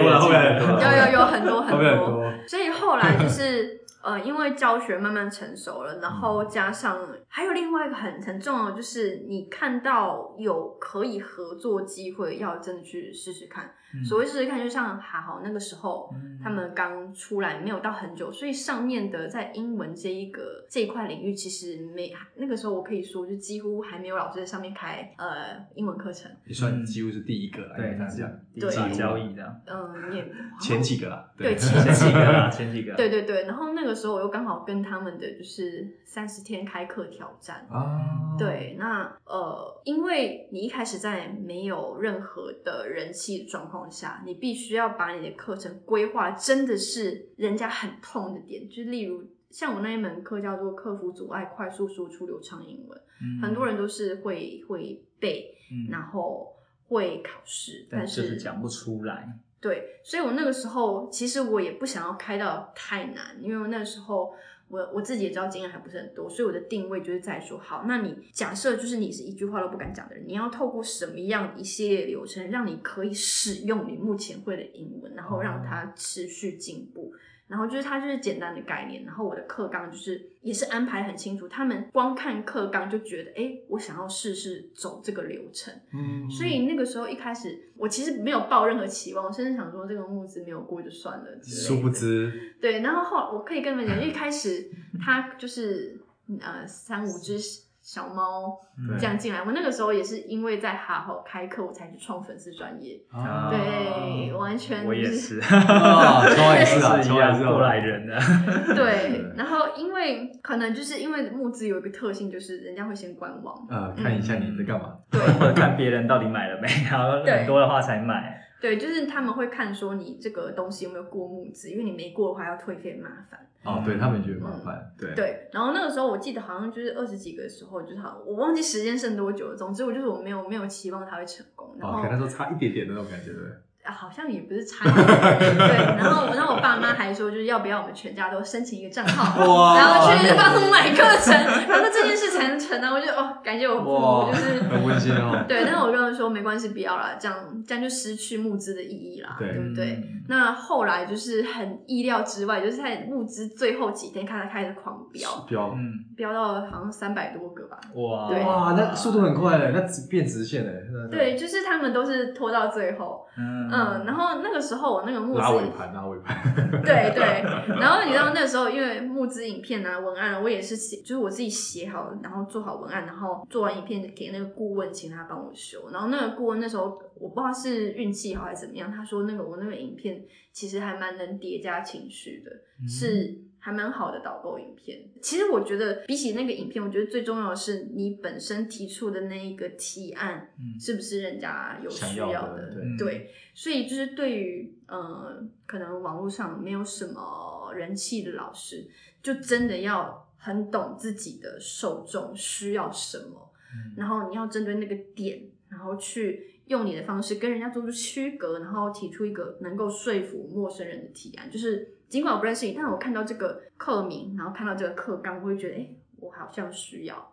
没有啦，后面还有很多 了，后面还有很多了，有啊有有很 多很后面很多，多，所以后来就是。呃，因为教学慢慢成熟了，然嗯后加上还有另外一个很很重要的，就是你看到有可以合作机会，要真的去试试看。嗯所谓试试看，就像还好那个时候嗯他们刚出来，没有到很久，所以上面的在英文这一个这一块领域，其实没那个时候我可以说，就几乎还没有老师在上面开呃英文课程。也算几乎是第一个了，应对该这样是讲，低对价交易的，嗯、你也前几个啦，对前前几 个啦，前几个，对对对，然后那个时候我又刚好跟他们的就是三十天开课挑战。 哦啊，对，那呃，因为你一开始在没有任何的人气状况下，你必须要把你的课程规划，真的是人家很痛的点，就例如像我那一门课叫做“克服阻碍，快速输出流畅英文”，嗯，很多人都是会会背，嗯，然后会考试，但但就是讲不出来，对，所以我那个时候其实我也不想要开到太难，因为我那时候我我自己也知道经验还不是很多，所以我的定位就是在说，好，那你假设就是你是一句话都不敢讲的人，你要透过什么样一系列流程，让你可以使用你目前会的英文，然后让它持续进步。然后就是它就是简单的概念，然后我的课纲就是也是安排很清楚，他们光看课纲就觉得，哎，我想要试试走这个流程。嗯，所以那个时候一开始，我其实没有抱任何期望，我甚至想说这个募资没有过就算了之类的。殊不知，对，然后后我可以跟你们讲，因为一开始他就是呃三五只小猫嗯这样进来，我那个时候也是因为在哈佛开课，我才去创粉丝专业，啊对，完全我也，就是 啊从来也是啊是一从来也样是啊过来人的， 对，然后因为可能就是因为募资有一个特性，就是人家会先观 望，呃，看一下你在干嘛，或者看别人到底买了没，然后对很多的话才买。对，就是他们会看说你这个东西有没有过募资，因为你没过的话要退费麻烦。哦，对他们觉得麻烦，嗯对，对，然后那个时候我记得好像就是二十几个的时候，就是好，我忘记时间剩多久了。总之我就是我没有没有期望它会成功，然哦，后、可能说差一点点的那种感觉，对不对，啊好像也不是差很多对， 然后然后我爸妈还说，就是要不要我们全家都申请一个账号， 哇然后去帮我买课程，然后这件事才能成啊！我就哦，感谢我父母，哇就是 很温馨哦，对，但是我跟他们说没关系，不要啦，这样这样就失去募资的意义啦，对不对？嗯那后来就是很意料之外，就是在募资最后几天，开始开始狂飙，标，嗯，飙到好像三百多个吧。嗯哇对哦哇，那速度很快嘞，那直变直线嘞，那对，，就是他们都是拖到最后，嗯嗯，然后那个时候我那个募拉尾资，盘，拉尾盘，对对，然后你知道那时候因为募资影片啊、文案啊，我也是写，就是我自己写好，然后做好文案，然后做完影片给那个顾问，请他帮我修。然后那个顾问那时候我不知道是运气好还是怎么样，他说那个我那个影片其实还蛮能叠加情绪的，是还蛮好的导购影片。其实我觉得比起那个影片，我觉得最重要的是你本身提出的那一个提案嗯是不是人家有想需要要的的对对，所以就是对于呃，可能网络上没有什么人气的老师，就真的要很懂自己的受众需要什么，嗯然后你要针对那个点，然后去用你的方式跟人家做出区隔，然后提出一个能够说服陌生人的提案。就是尽管我不认识你，但我看到这个课名，然后看到这个课纲，我会觉得，哎、我好像需要。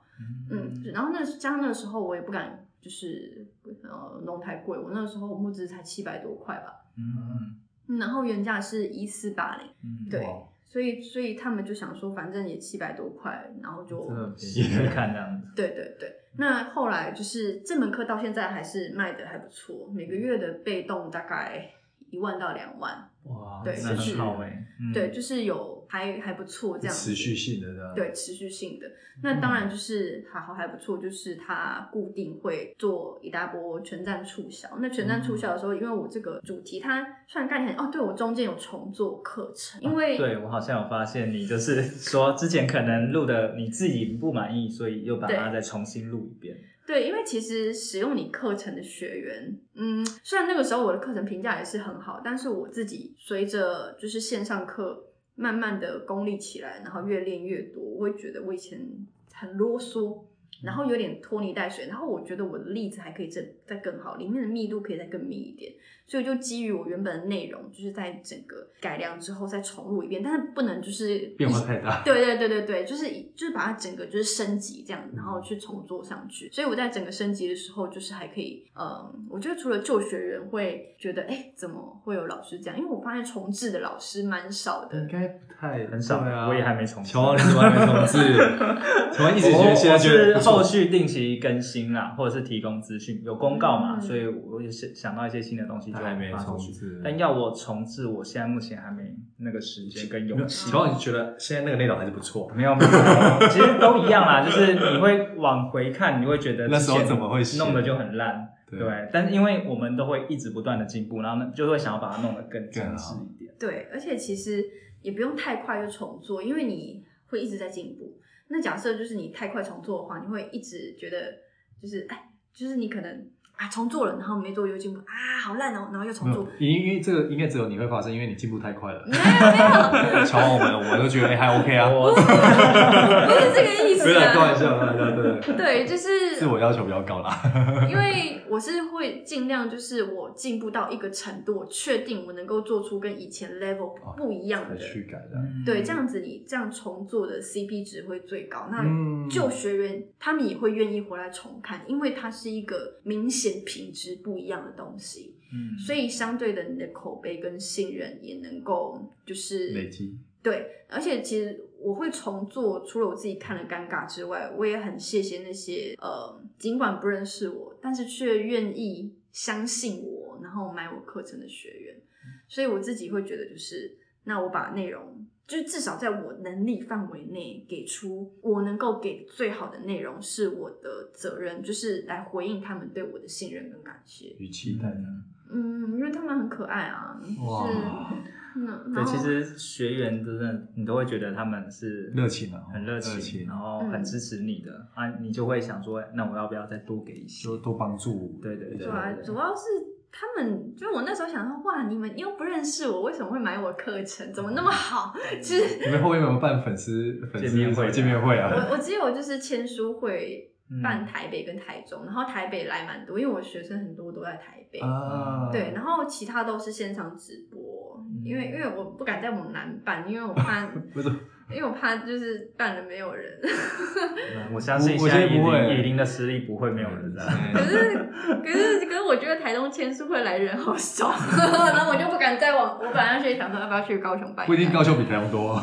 嗯，然后那加上那个时候我也不敢，就是呃弄太贵，我那时候募资才七百多块吧，嗯嗯然后原价是一四八零，嗯，对哇，所以所以他们就想说，反正也七百多块，然后就真的很嗯便宜就是看这样子，对对对。那后来就是这门课到现在还是卖的还不错，每个月的被动大概一万到两万，哇对那就很是好哎，嗯对，就是有还还不错这样子持续性的这样，对持续性的。那当然就是还好还不错，就是它固定会做一大波全站促销。那全站促销的时候，因为我这个主题它算概念很哦，对我中间有重做课程，因为、对我好像有发现，你就是说之前可能录的你自己不满意，所以又把它对再重新录一遍。对，因为其实使用你课程的学员，嗯，虽然那个时候我的课程评价也是很好，但是我自己随着就是线上课慢慢的功力起来，然后越练越多，我会觉得我以前很啰嗦，然后有点拖泥带水，然后我觉得我的例子还可以再再更好，里面的密度可以再更密一点，所以就基于我原本的内容，就是在整个改良之后再重录一遍，但是不能就是变化一太大，对对对对对，就是以就是把它整个就是升级这样，然嗯后去重做上去。所以我在整个升级的时候，就是还可以，嗯，我觉得除了旧学员会觉得，哎，怎么会有老师这样？因为我发现重置的老师蛮少的应，该不太很少对啊，我也还没重乔王你怎么还没重 置？乔王一直觉得现在我觉得是不错后续定期更新啦，或者是提供资讯，有公告嘛，嗯所以我也是想到一些新的东西就他还没发出重去。置，但要我重置，我现在目前还没那个时间跟有勇 气。乔王觉得现在那个内容还是不错，没有没有，没有其实都一样啦，就是你会往回看，你会觉得那时候之前怎么会写弄得就很烂，对对。但是因为我们都会一直不断的进步，然后呢就会想要把它弄得更精致一点。对，而且其实也不用太快就重做，因为你会一直在进步。那假设就是你太快重做的话，你会一直觉得就是哎，就是你可能。啊重做了，然后没做又进步啊好烂哦，然后又没重做有，，因为这个应该只有你会发生，因为你进步太快了。没有没 有，瞧完我们，我们都觉得哎还 OK 啊，我不是这个意 没有啦开思、玩啊。笑，开玩笑，对对对，对，就是自我要求比较高啦。因为我是会尽量，就是我进步到一个程度，我确定我能够做出跟以前 level 不一样才的。去改的。嗯对，这样子你这样重做的 CP 值会最高。那嗯，旧学员他们也会愿意回来重看，因为它是一个明显品质不一样的东西，嗯所以相对的你的口碑跟信任也能够就是累积。对，而且其实我会重做，除了我自己看了尴尬之外，我也很谢谢那些呃，尽管不认识我，但是却愿意相信我，然后买我课程的学员。嗯所以我自己会觉得，就是那我把内容，就是至少在我能力范围内给出我能够给最好的内容，是我的责任，就是来回应他们对我的信任跟感谢。与期待呢？嗯，因为他们很可爱啊，哇就是嗯，对，然后其实学员真的你都会觉得他们是热情啊很热热情嗯然后很支持你的啊，你就会想说，那我要不要再多给一些？多多帮助。对对对啊，主要是他们，就是我那时候想说，哇，你们又不认识我，为什么会买我课嗯程？怎么那么好？就是你们后面有没有办粉丝粉丝见面会见面会啊？我我只有就是签书会嗯办台北跟台中，然后台北来蛮多，因为我学生很多都在台北。啊，对，，然后其他都是线上直播，因为因为我不敢在往南办，因为我怕，嗯 不是，因为我怕就是办了没有人。 啊嗯我相信我现在我觉以得不会嗯林以林的实力不会没有人啊的。可是，可是，可是，我觉得台东签书会来人好少， 然后我就不敢再往。我本来是想说要不要去高雄办，不一定高雄比台湾 多。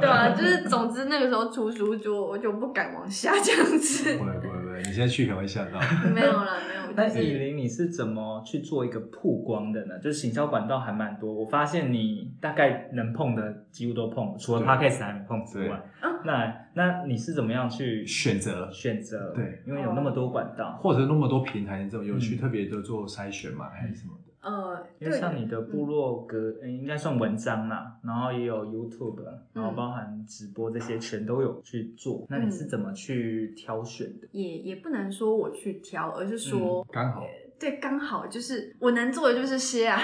对啊，就是总之那个时候出书就我就不敢往下这样子 不，会不会不会，你现在去可能会吓到。没有了，没有， 那就以是林，你是怎么去做一个曝光的呢？就是行销管道还蛮多，我发现你大概能碰的几乎都碰了，除了对 podcast 还没碰之外对啊。那那你是怎么样去选择选择？对，因为有那么多管道，或者那么多平台，你怎么有去嗯特别的做筛选吗？还是什么的？呃，因为对像你的部落格，嗯，应该算文章啦，然后也有 YouTube，然啊嗯后包含直播这些全都有去做。那你是怎么去挑选的？也也不能说我去挑，而是说、刚好嗯对，刚好就是我能做的就是些 啊，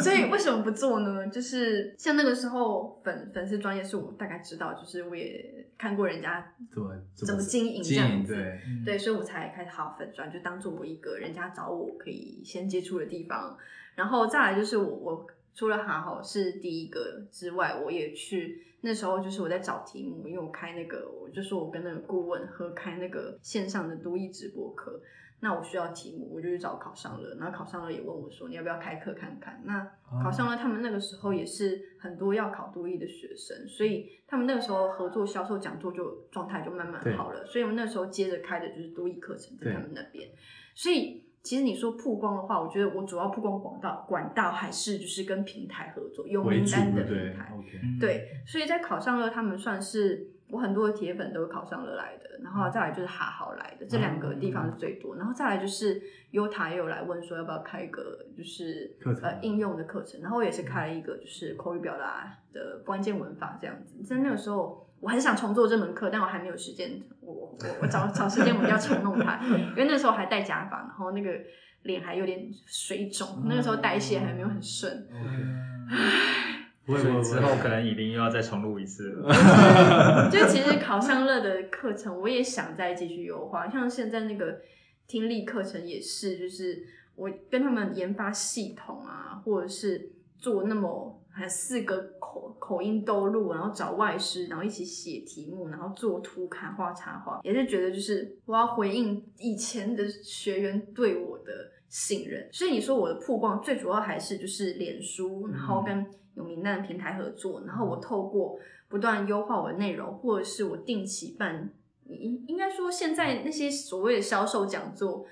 所以为什么不做呢？就是像那个时候粉粉丝专业是我大概知道，就是我也看过人家怎么怎么经营这经样营？子。对，嗯对，，所以我才开始好粉专，就当做我一个人家找我可以先接触的地方。然后再来就是我我除了好好是第一个之外，我也去那时候就是我在找题目，因为我开那个我就说我跟那个顾问合开那个线上的多益直播课，那我需要题目，我就去找考上了，然后考上了也问我说你要不要开课看看？那考上了，他们那个时候也是很多要考多艺的学生，所以他们那个时候合作销售讲座就状态就慢慢好了，所以我们那时候接着开的就是多艺课程在他们那边。所以其实你说曝光的话，我觉得我主要曝光管道管道还是就是跟平台合作，有为名主单的对不对平台。 ？OK，嗯对，嗯所以在考上了，他们算是我很多的铁粉都是考上了来的，然后再来就是哈好来的，这两个地哦方是最多，然后再来就是优塔也有来问说要不要开一个就是课程呃应用的课程，然后我也是开了一个就是口语表达的关键文法这样子，在那个时候。我很想重做这门课，但我还没有时间。我我我我找找时间，我一定要重 弄它，因为那时候还戴假发，然后那个脸还有点水肿，那个时候代谢还没有很顺，嗯不会所不以会之后可能以林又要再重录一次 了。就其实考上乐的课程，我也想再继续优化，像现在那个听力课程也是，就是我跟他们研发系统啊，或者是做那么还四个口口音都录，然后找外师，然后一起写题目，然后做图卡画插画，也是觉得就是我要回应以前的学员对我的信任，所以你说我的曝光最主要还是就是脸书，然后跟有名单的平台合作，然后我透过不断优化我的内容，或者是我定期办，应应该说现在那些所谓的销售讲座，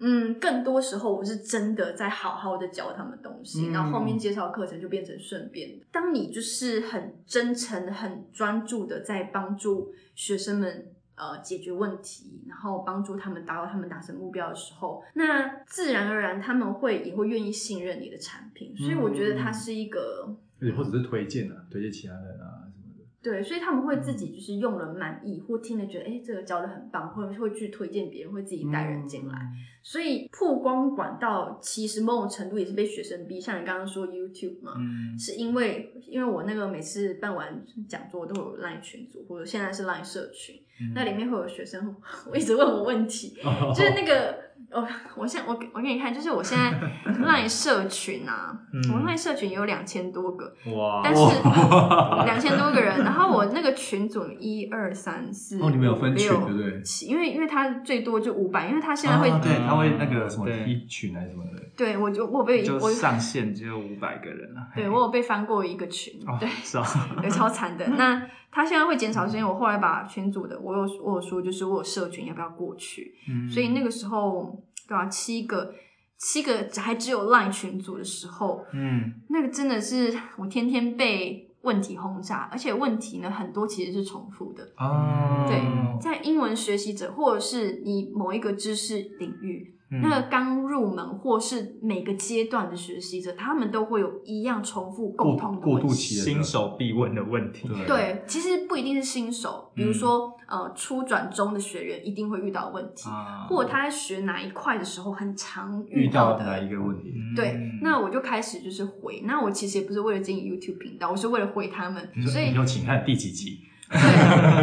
嗯更多时候我是真的在好好的教他们东西，嗯然后后面介绍课程就变成顺便的。当你就是很真诚、很专注的在帮助学生们。呃，解决问题，然后帮助他们达到他们达成目标的时候，那自然而然他们会也会愿意信任你的产品，所以我觉得它是一个而且或者是推荐啊，推荐其他人啊什么的。对，所以他们会自己就是用了满意，或听了觉得哎、诶这个教的很棒，或者会去推荐别人，会自己带人进嗯来。所以曝光管道其实某种程度也是被学生逼，像你刚刚说 YouTube 嘛，嗯，是因为因为我那个每次办完讲座都会有 LINE 群组，或者现在是 LINE 社群，嗯那里面会有学生， 我一直问我问题， 就是那个。哦，我现我给我给你看，就是我现在 LINE 社群啊，嗯我 LINE 社群也有两千多个，哇，但是哦两千多个人，然后我那个群组一二三四，哦你们有分群五六对不对七因为因为它最多就五百，因为它现在会、嗯啊对，他会那个什么对 T 群还是什么的，对我就我被就我上限只有五百个人了。对嘿我有被翻过一个群，哦对， 是啊，对，超惨的。那它现在会减少，是因为我后来把群组的，我有我有说，就是我有社群要不要过去，嗯所以那个时候对吧、七个七个还只有 LINE 群组的时候，嗯那个真的是我天天被问题轰炸，而且问题呢很多其实是重复的。哦，对嗯在英文学习者，或者是你某一个知识领域，嗯那刚入门或是每个阶段的学习者，他们都会有一样重复共过通的过问渡题。期的时候新手必问的问题，啊对对，其实不一定是新手，嗯比如说、呃初转中的学员一定会遇到问题，啊，或者他在学哪一块的时候很常遇到的。哪一个问题？嗯对，那我就开始就是回，那我其实也不是为了经营 YouTube 频道，我是为了回他们，你所说以以后请看第几集？对，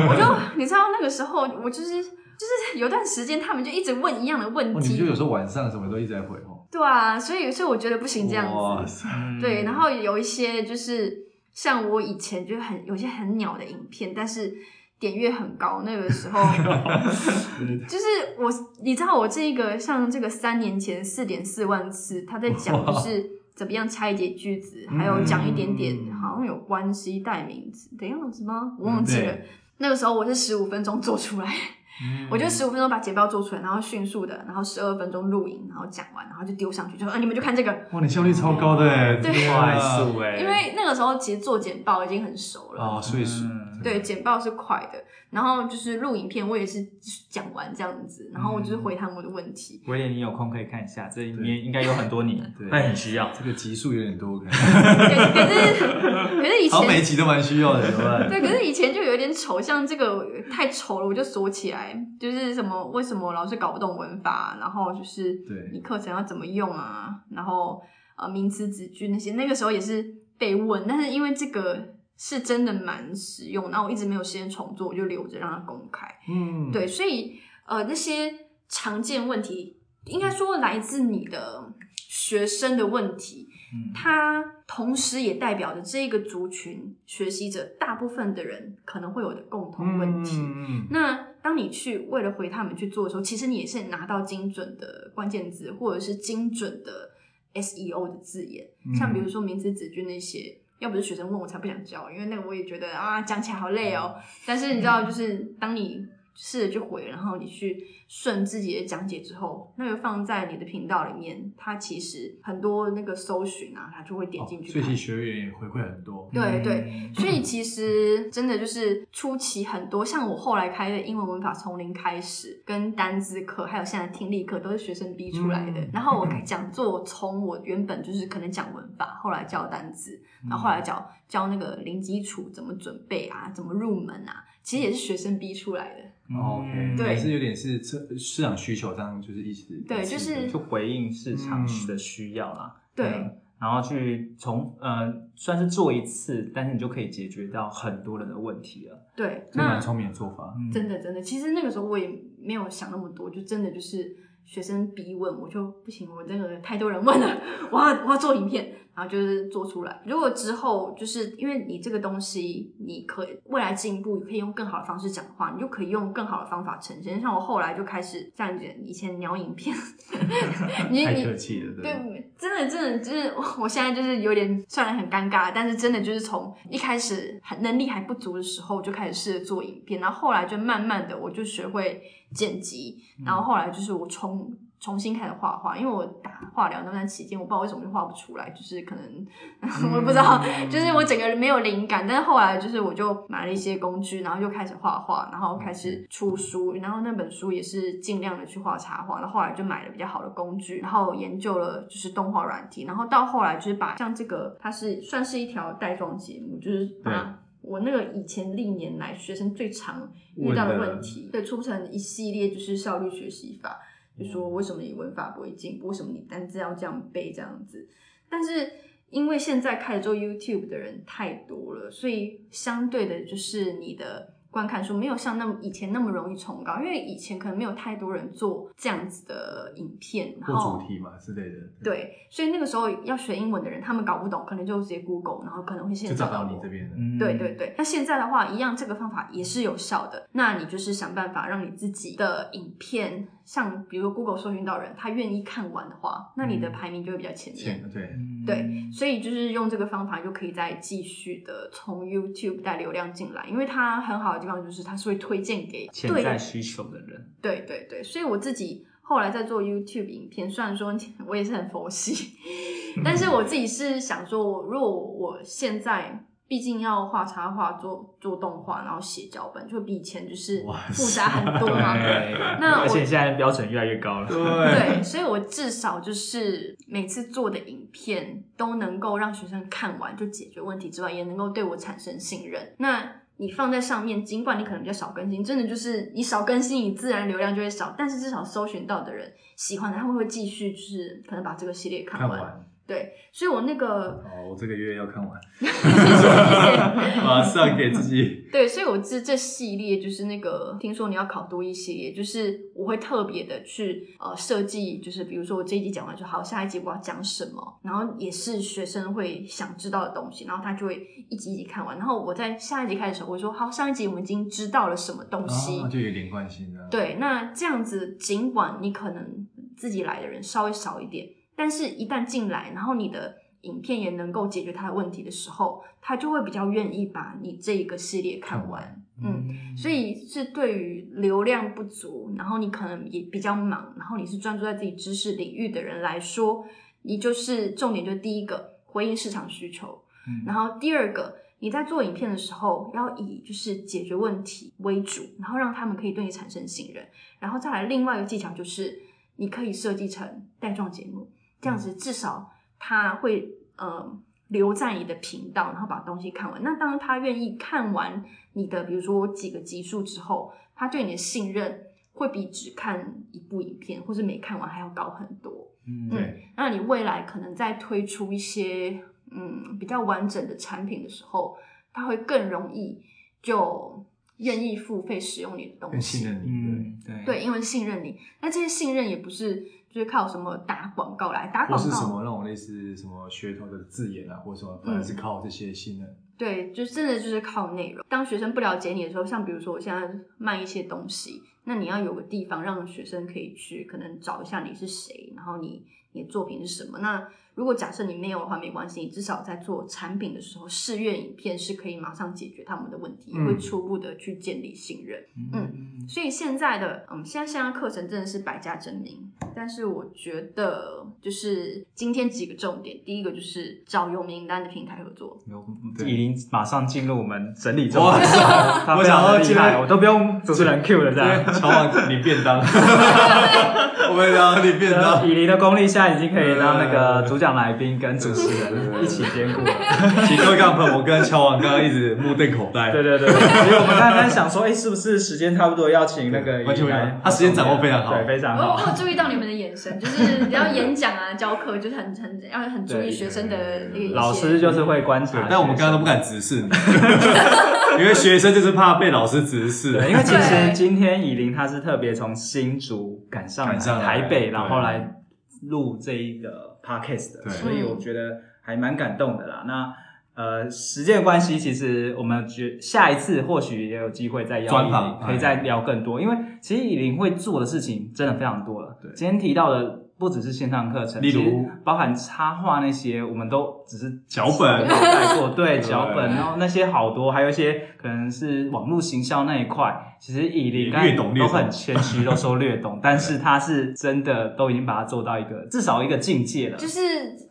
我就你知道那个时候，我就是就是有段时间，他们就一直问一样的问哦，你们题，就有时候晚上什么都一直在回哦。对啊，所以所以我觉得不行这样哇子，塞，嗯对，然后有一些就是像我以前就很有些很鸟的影片，但是。点阅很高，那个时候就是我，你知道我这个像这个三年前四点四万次，他在讲就是怎么样拆解句子，还有讲一点点嗯好像有关系代名词的样子吗？我忘记了。那个时候我是十五分钟做出来，嗯嗯 我就十五分钟把简报做出来，然后迅速的，然后十二分钟录影，然后讲完，然后就丢上去，就说、啊、你们就看这个。哇，你效率超高的哎，对天啊快速哎，因为那个时候其实做简报已经很熟了，啊，所以是嗯对，简报是快的，然后就是录影片我也是讲完这样子，然后我就是回他们的问题。威廉，你有空可以看一下，这里面应该有很多你对会很 需要。这个集数有点 多，可能对，可是可是以嗯好像每一前集都蛮需要的，怎么办？对，可是以前就有点丑，像这个太丑了，我就锁起来。就是什么为什么老是搞不懂文法，然后就是对你课程要怎么用啊，然后呃名词子句那些，那个时候也是被问，但是因为这个是真的蛮实用，然后我一直没有时间重做，我就留着让它公开。嗯，对，所以呃，那些常见问题，应该说来自你的学生的问题，嗯它同时也代表着这个族群学习者大部分的人可能会有的共同问题。嗯，嗯那当你去为了回他们去做的时候，其实你也是拿到精准的关键字，或者是精准的 SEO 的字眼，嗯像比如说名词子句那些。要不是学生问我，才不想教，因为那个我也觉得啊，讲起来好累嗯哦。但是你知道，就是当你试着去回，然后你去顺自己的讲解之后，那个放在你的频道里面，它其实很多那个搜寻啊，它就会点进哦去所看。以其实学员也回馈很多，对对，嗯所以其实真的就是初期很多，像我后来开的英文文法从零开始，跟单字课，还有现在听力课，都是学生逼出来的。嗯然后我讲座从我原本就是可能讲文法，后来教单字，然后后来嗯教教那个零基础怎么准备啊，怎么入门啊，其实也是学生逼出来的。哦，OK，嗯对还是有点是市市场需求上就是一直对一直就是就回应市场的需要啦。对嗯然后去从呃算是做一次，但是你就可以解决到很多人的问题了。对，这那蛮聪明的做法，嗯真的真的，其实那个时候我也没有想那么多，就真的就是学生逼问，我就不行，我这个太多人问了，我要我要做影片，然后就是做出来。如果之后就是因为你这个东西，你可以未来进步，你可以用更好的方式讲话，你就可以用更好的方法呈现。像我后来就开始像以前聊影片， 你嗯太你客气了，对，对，真的，真的，就是我我现在就是有点虽然很尴尬，但是真的就是从一开始很能力还不足的时候就开始试着做影片，然后后来就慢慢的我就学会剪辑，然后后来就是我重重新开始画画，因为我打化疗那段期间，我不知道为什么就画不出来，就是可能 我也不知道，就是我整个人没有灵感。但是后来就是我就买了一些工具，然后就开始画画，然后开始出书，然后那本书也是尽量的去画插画。然后后来就买了比较好的工具，然后研究了就是动画软体，然后到后来就是把像这个它是算是一条带状节目，就是把它我那个以前历年来学生最常遇到的问题，对，出成一系列就是效率学习法，就说为什么你文法不会进步，为什么你单字要这样背这样子。但是因为现在开始做 YouTube 的人太多了，所以相对的就是你的观看数没有像那么以前那么容易冲高，因为以前可能没有太多人做这样子的影片，然或后主题嘛之类的，，对，所以那个时候要学英文的人，他们搞不懂，可能就直接 Google，然后可能会现就在找到到你我这边的。嗯，对对对，那现在的话，一样这个方法也是有效的。那你就是想办法让你自己的影片，像比如 Google 搜寻到人，他愿意看完的话，那你的嗯排名就会比较前面。钱对，嗯，对所以就是用这个方法，就可以再继续的从 YouTube 带流量进来，因为它很好的地方就是它是会推荐给潜对在需求的人，对对对，所以我自己后来在做 YouTube 影片，虽然说我也是很佛 系，但是我自己是想说，我如果我现在毕竟要画插画、做做动画，然后写脚本，就比以前就是哇复杂很多嘛。那而我且现在标准越来越高了，对，对，所以我至少就是每次做的影片都能够让学生看完就解决问题之外，也能够对我产生信任。那你放在上面，尽管你可能比较少更新，真的就是你少更新，你自然流量就会少，但是至少搜寻到的人喜欢的，他们会继续就是可能把这个系列看看完。完对，所以我 那个哦，我这个月要 看完，谢谢马上给自 己对，所以我这这系列就是那个，听说你要考多一系列，就是我会特别的去呃设计，就是比如说我这一集讲完就好，下一集我要讲什么，然后也是学生会想知道的东西，然后他就会一集一集看完，然后我在下一集开始的时候，我会说好，上一集我们已经知道了什么东西，啊，就有连贯性的。对，那这样子，尽管你可能自己来的人稍微少一点，但是一旦进来，然后你的影片也能够解决他的问题的时候，他就会比较愿意把你这一个系列看看完完。嗯，所以是对于流量不足，然后你可能也比较忙，然后你是专注在自己知识领域的人来说，你就是重点就是第一个回应市场需求，嗯然后第二个，你在做影片的时候，要以就是解决问题为主，然后让他们可以对你产生信任，然后再来另外一个技巧就是，你可以设计成带状节目，这样子至少他会呃留在你的频道，然后把东西看完。那当他愿意看完你的，比如说几个集数之后，他对你的信任会比只看一部影片或是没看完还要高很多。嗯嗯对，对，那你未来可能在推出一些嗯比较完整的产品的时候，它会更容易就愿意付费使用你的东更信西。任你，嗯对对，因为信任你。那这些信任也不是就是靠什么打广告来打对，或广是什告，么那种类似什么噱头的字眼啊，或者什么，反而是靠这些信任。对，就真的就是靠内容。当学生不了解你的时候，像比如说我现在卖一些东西，那你要有个地方让学生可以去，可能找一下你是谁，然后你你的作品是什么。那如果假设你没有的话，没关系，你至少在做产品的时候，试阅影片是可以马上解决他们的问题，也会嗯初步的去建立信任。嗯所以现在的，嗯，现在线上课程真的是百家争鸣。但是我觉得，就是今天几个重点，第一个就是找有名单的平台合作，对已经马上进入我们整理中，哇他 我非想常要的厉接害，我都不用主持人 Q 了这 样。乔往领便当，我们聊领便 当。以林的功力现在已经可以让那个主讲来宾跟主持对人一对起兼顾了。请各位干朋友，我跟乔王刚刚一直目瞪口呆，对对对，所以我们刚刚想说，哎，是不是时间差不多要请那个完全以林来没有他时间掌握非常好对，非常我有我好。有注意到你们的眼神，就是你要演讲啊、教课，就是很很要很注意对学生的那个一些老师就是会观对察，，但我们刚刚都不敢直 视你，因为学生就是怕被老师直视。对，因为其对实今天以林他是特别从新竹赶上来赶上来台北，对然后来录这一个 podcast 的，对所以我觉得还蛮感动的啦。那呃，时间关系，其实我们觉下一次或许也有机会再邀专以访哎林，可以再聊更多，因为其实以林会做的事情真的非常多了。对今天提到的不只是线上课程，例如其实包含插画那些，我们都只是脚本脑袋过，对对脚本，然后那些好多，还有一些可能是网络行销那一块，其实以林刚才略懂略都懂很谦虚，都说略 懂，但是他是真的都已经把它做到一个至少一个境界了就。是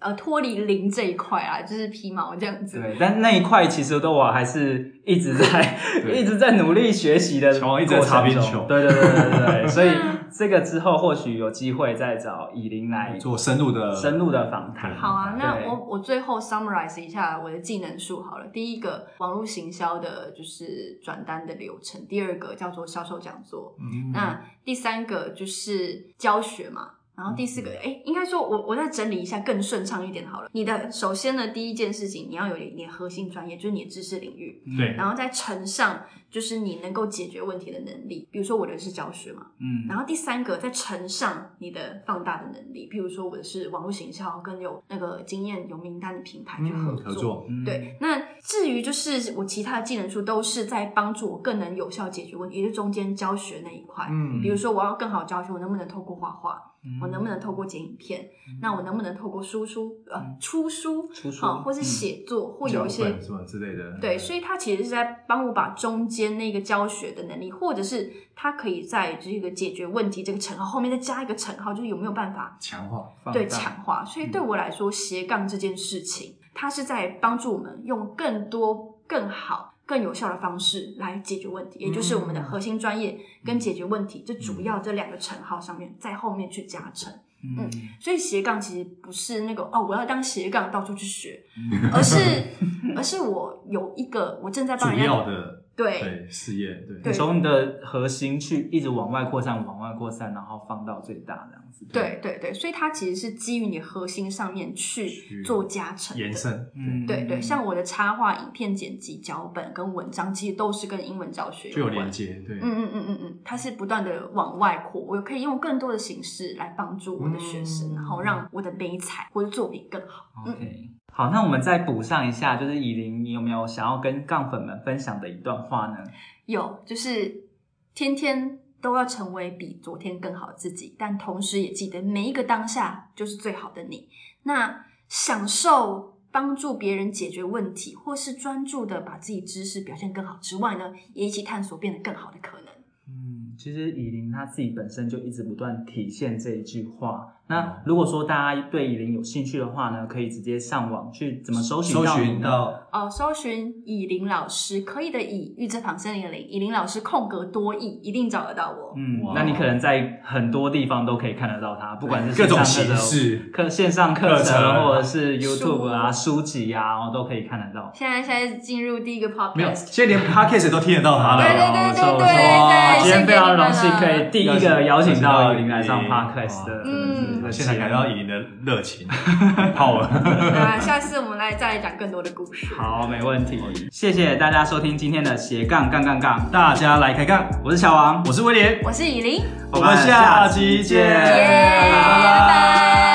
呃脱离零这一块啊，就是皮毛这样子。对，但那一块其实都我还是一直在对一直在努力学习的过程乔中，王一直在擦边球对对对对对对，所以这个之后或许有机会再找以琳来做深入的深入的访谈。好啊，那对我我最后 summarize 一下我的技能树好了。第一个，网络行销的就是转单的流程；第二个叫做销售讲座；嗯那第三个就是教学嘛。然后第四个，嗯哎，应该说我我再整理一下，更顺畅一点好了。你的首先呢，第一件事情你要有你的核心专业，就是你的知识领域，对然后再乘上就是你能够解决问题的能力。比如说我的是教学嘛，嗯，然后第三个再乘上你的放大的能力，譬如说我是网络行销跟有那个经验有名单的品牌去合嗯作。合作，嗯，对，那至于就是我其他的技能书都是在帮助我更能有效解决问题，也就是中间教学那一块。嗯比如说我要更好教学，我能不能透过画画，嗯，我能不能透过剪影片，嗯那我能不能透过输出呃出书，出书好、或是嗯写作，或脚有一些本什么之类的，对，所以他其实是在帮我把中间那个教学的能力，或者是他可以在这个解决问题这个乘号后面再加一个乘号，就是有没有办法强化，嗯放对大嗯强化。所以对我来说，斜杠这件事情，它是在帮助我们用更多、更好、更有效的方式来解决问题，也就是我们的嗯核心专业跟解决问题这主要这两个乘号上面，在后面去加成。嗯所以斜杠其实不是那个哦，我要当斜杠到处去学，嗯而是而是我有一个我正在帮主人家要的对对事业，对对从你的核心去一直往外扩散，往外扩散，然后放到最大这样子。对对对，所以它其实是基于你核心上面去去做加成的延伸，嗯，对对，像我的插画、影片剪辑、脚本跟文章，其实都是跟英文教学对，就有有关连。接，对，嗯嗯嗯嗯嗯，它是不断的往外扩，我可以用更多的形式来帮助我的学生，嗯然后让我的美彩或者作品更好。 OK，好，那我们再补上一下，就是以琳，你有没有想要跟杠粉们分享的一段话呢？有，就是天天都要成为比昨天更好的自己，但同时也记得每一个当下就是最好的你。那享受帮助别人解决问题，或是专注的把自己知识表现更好之外呢，也一起探索变得更好的可能。嗯，其实以琳她自己本身就一直不断体现这一句话。那嗯如果说大家对以琳有兴趣的话呢，可以直接上网去怎么搜寻呃搜到你寻呢到哦，搜寻以林老师，可以的以，玉字旁森林的林，以林老师空格多义，一定找得到我。嗯哇，那你可能在很多地方都可以看得到它，不管是各种线形上课的式，课线上课课程程，或者是 YouTube 啊、书书籍啊，哦都可以看得到。现在现在进入第一个 podcast，没有，现在连 podcast 都听得到他对对了。对对所以对对哦对说今天非常荣献幸给可哎你们啊以第一个邀请到哦林来上嗯 podcast 的，嗯真的是现在感觉到以琳的热 情 power，那下次我们来再来讲更多的故事。好，没问题。谢谢大家收听今天的斜杠杠杠杠，大家来开杠，我是小王，我是威廉，我是以林，耶，我们下期见，耶拜拜拜。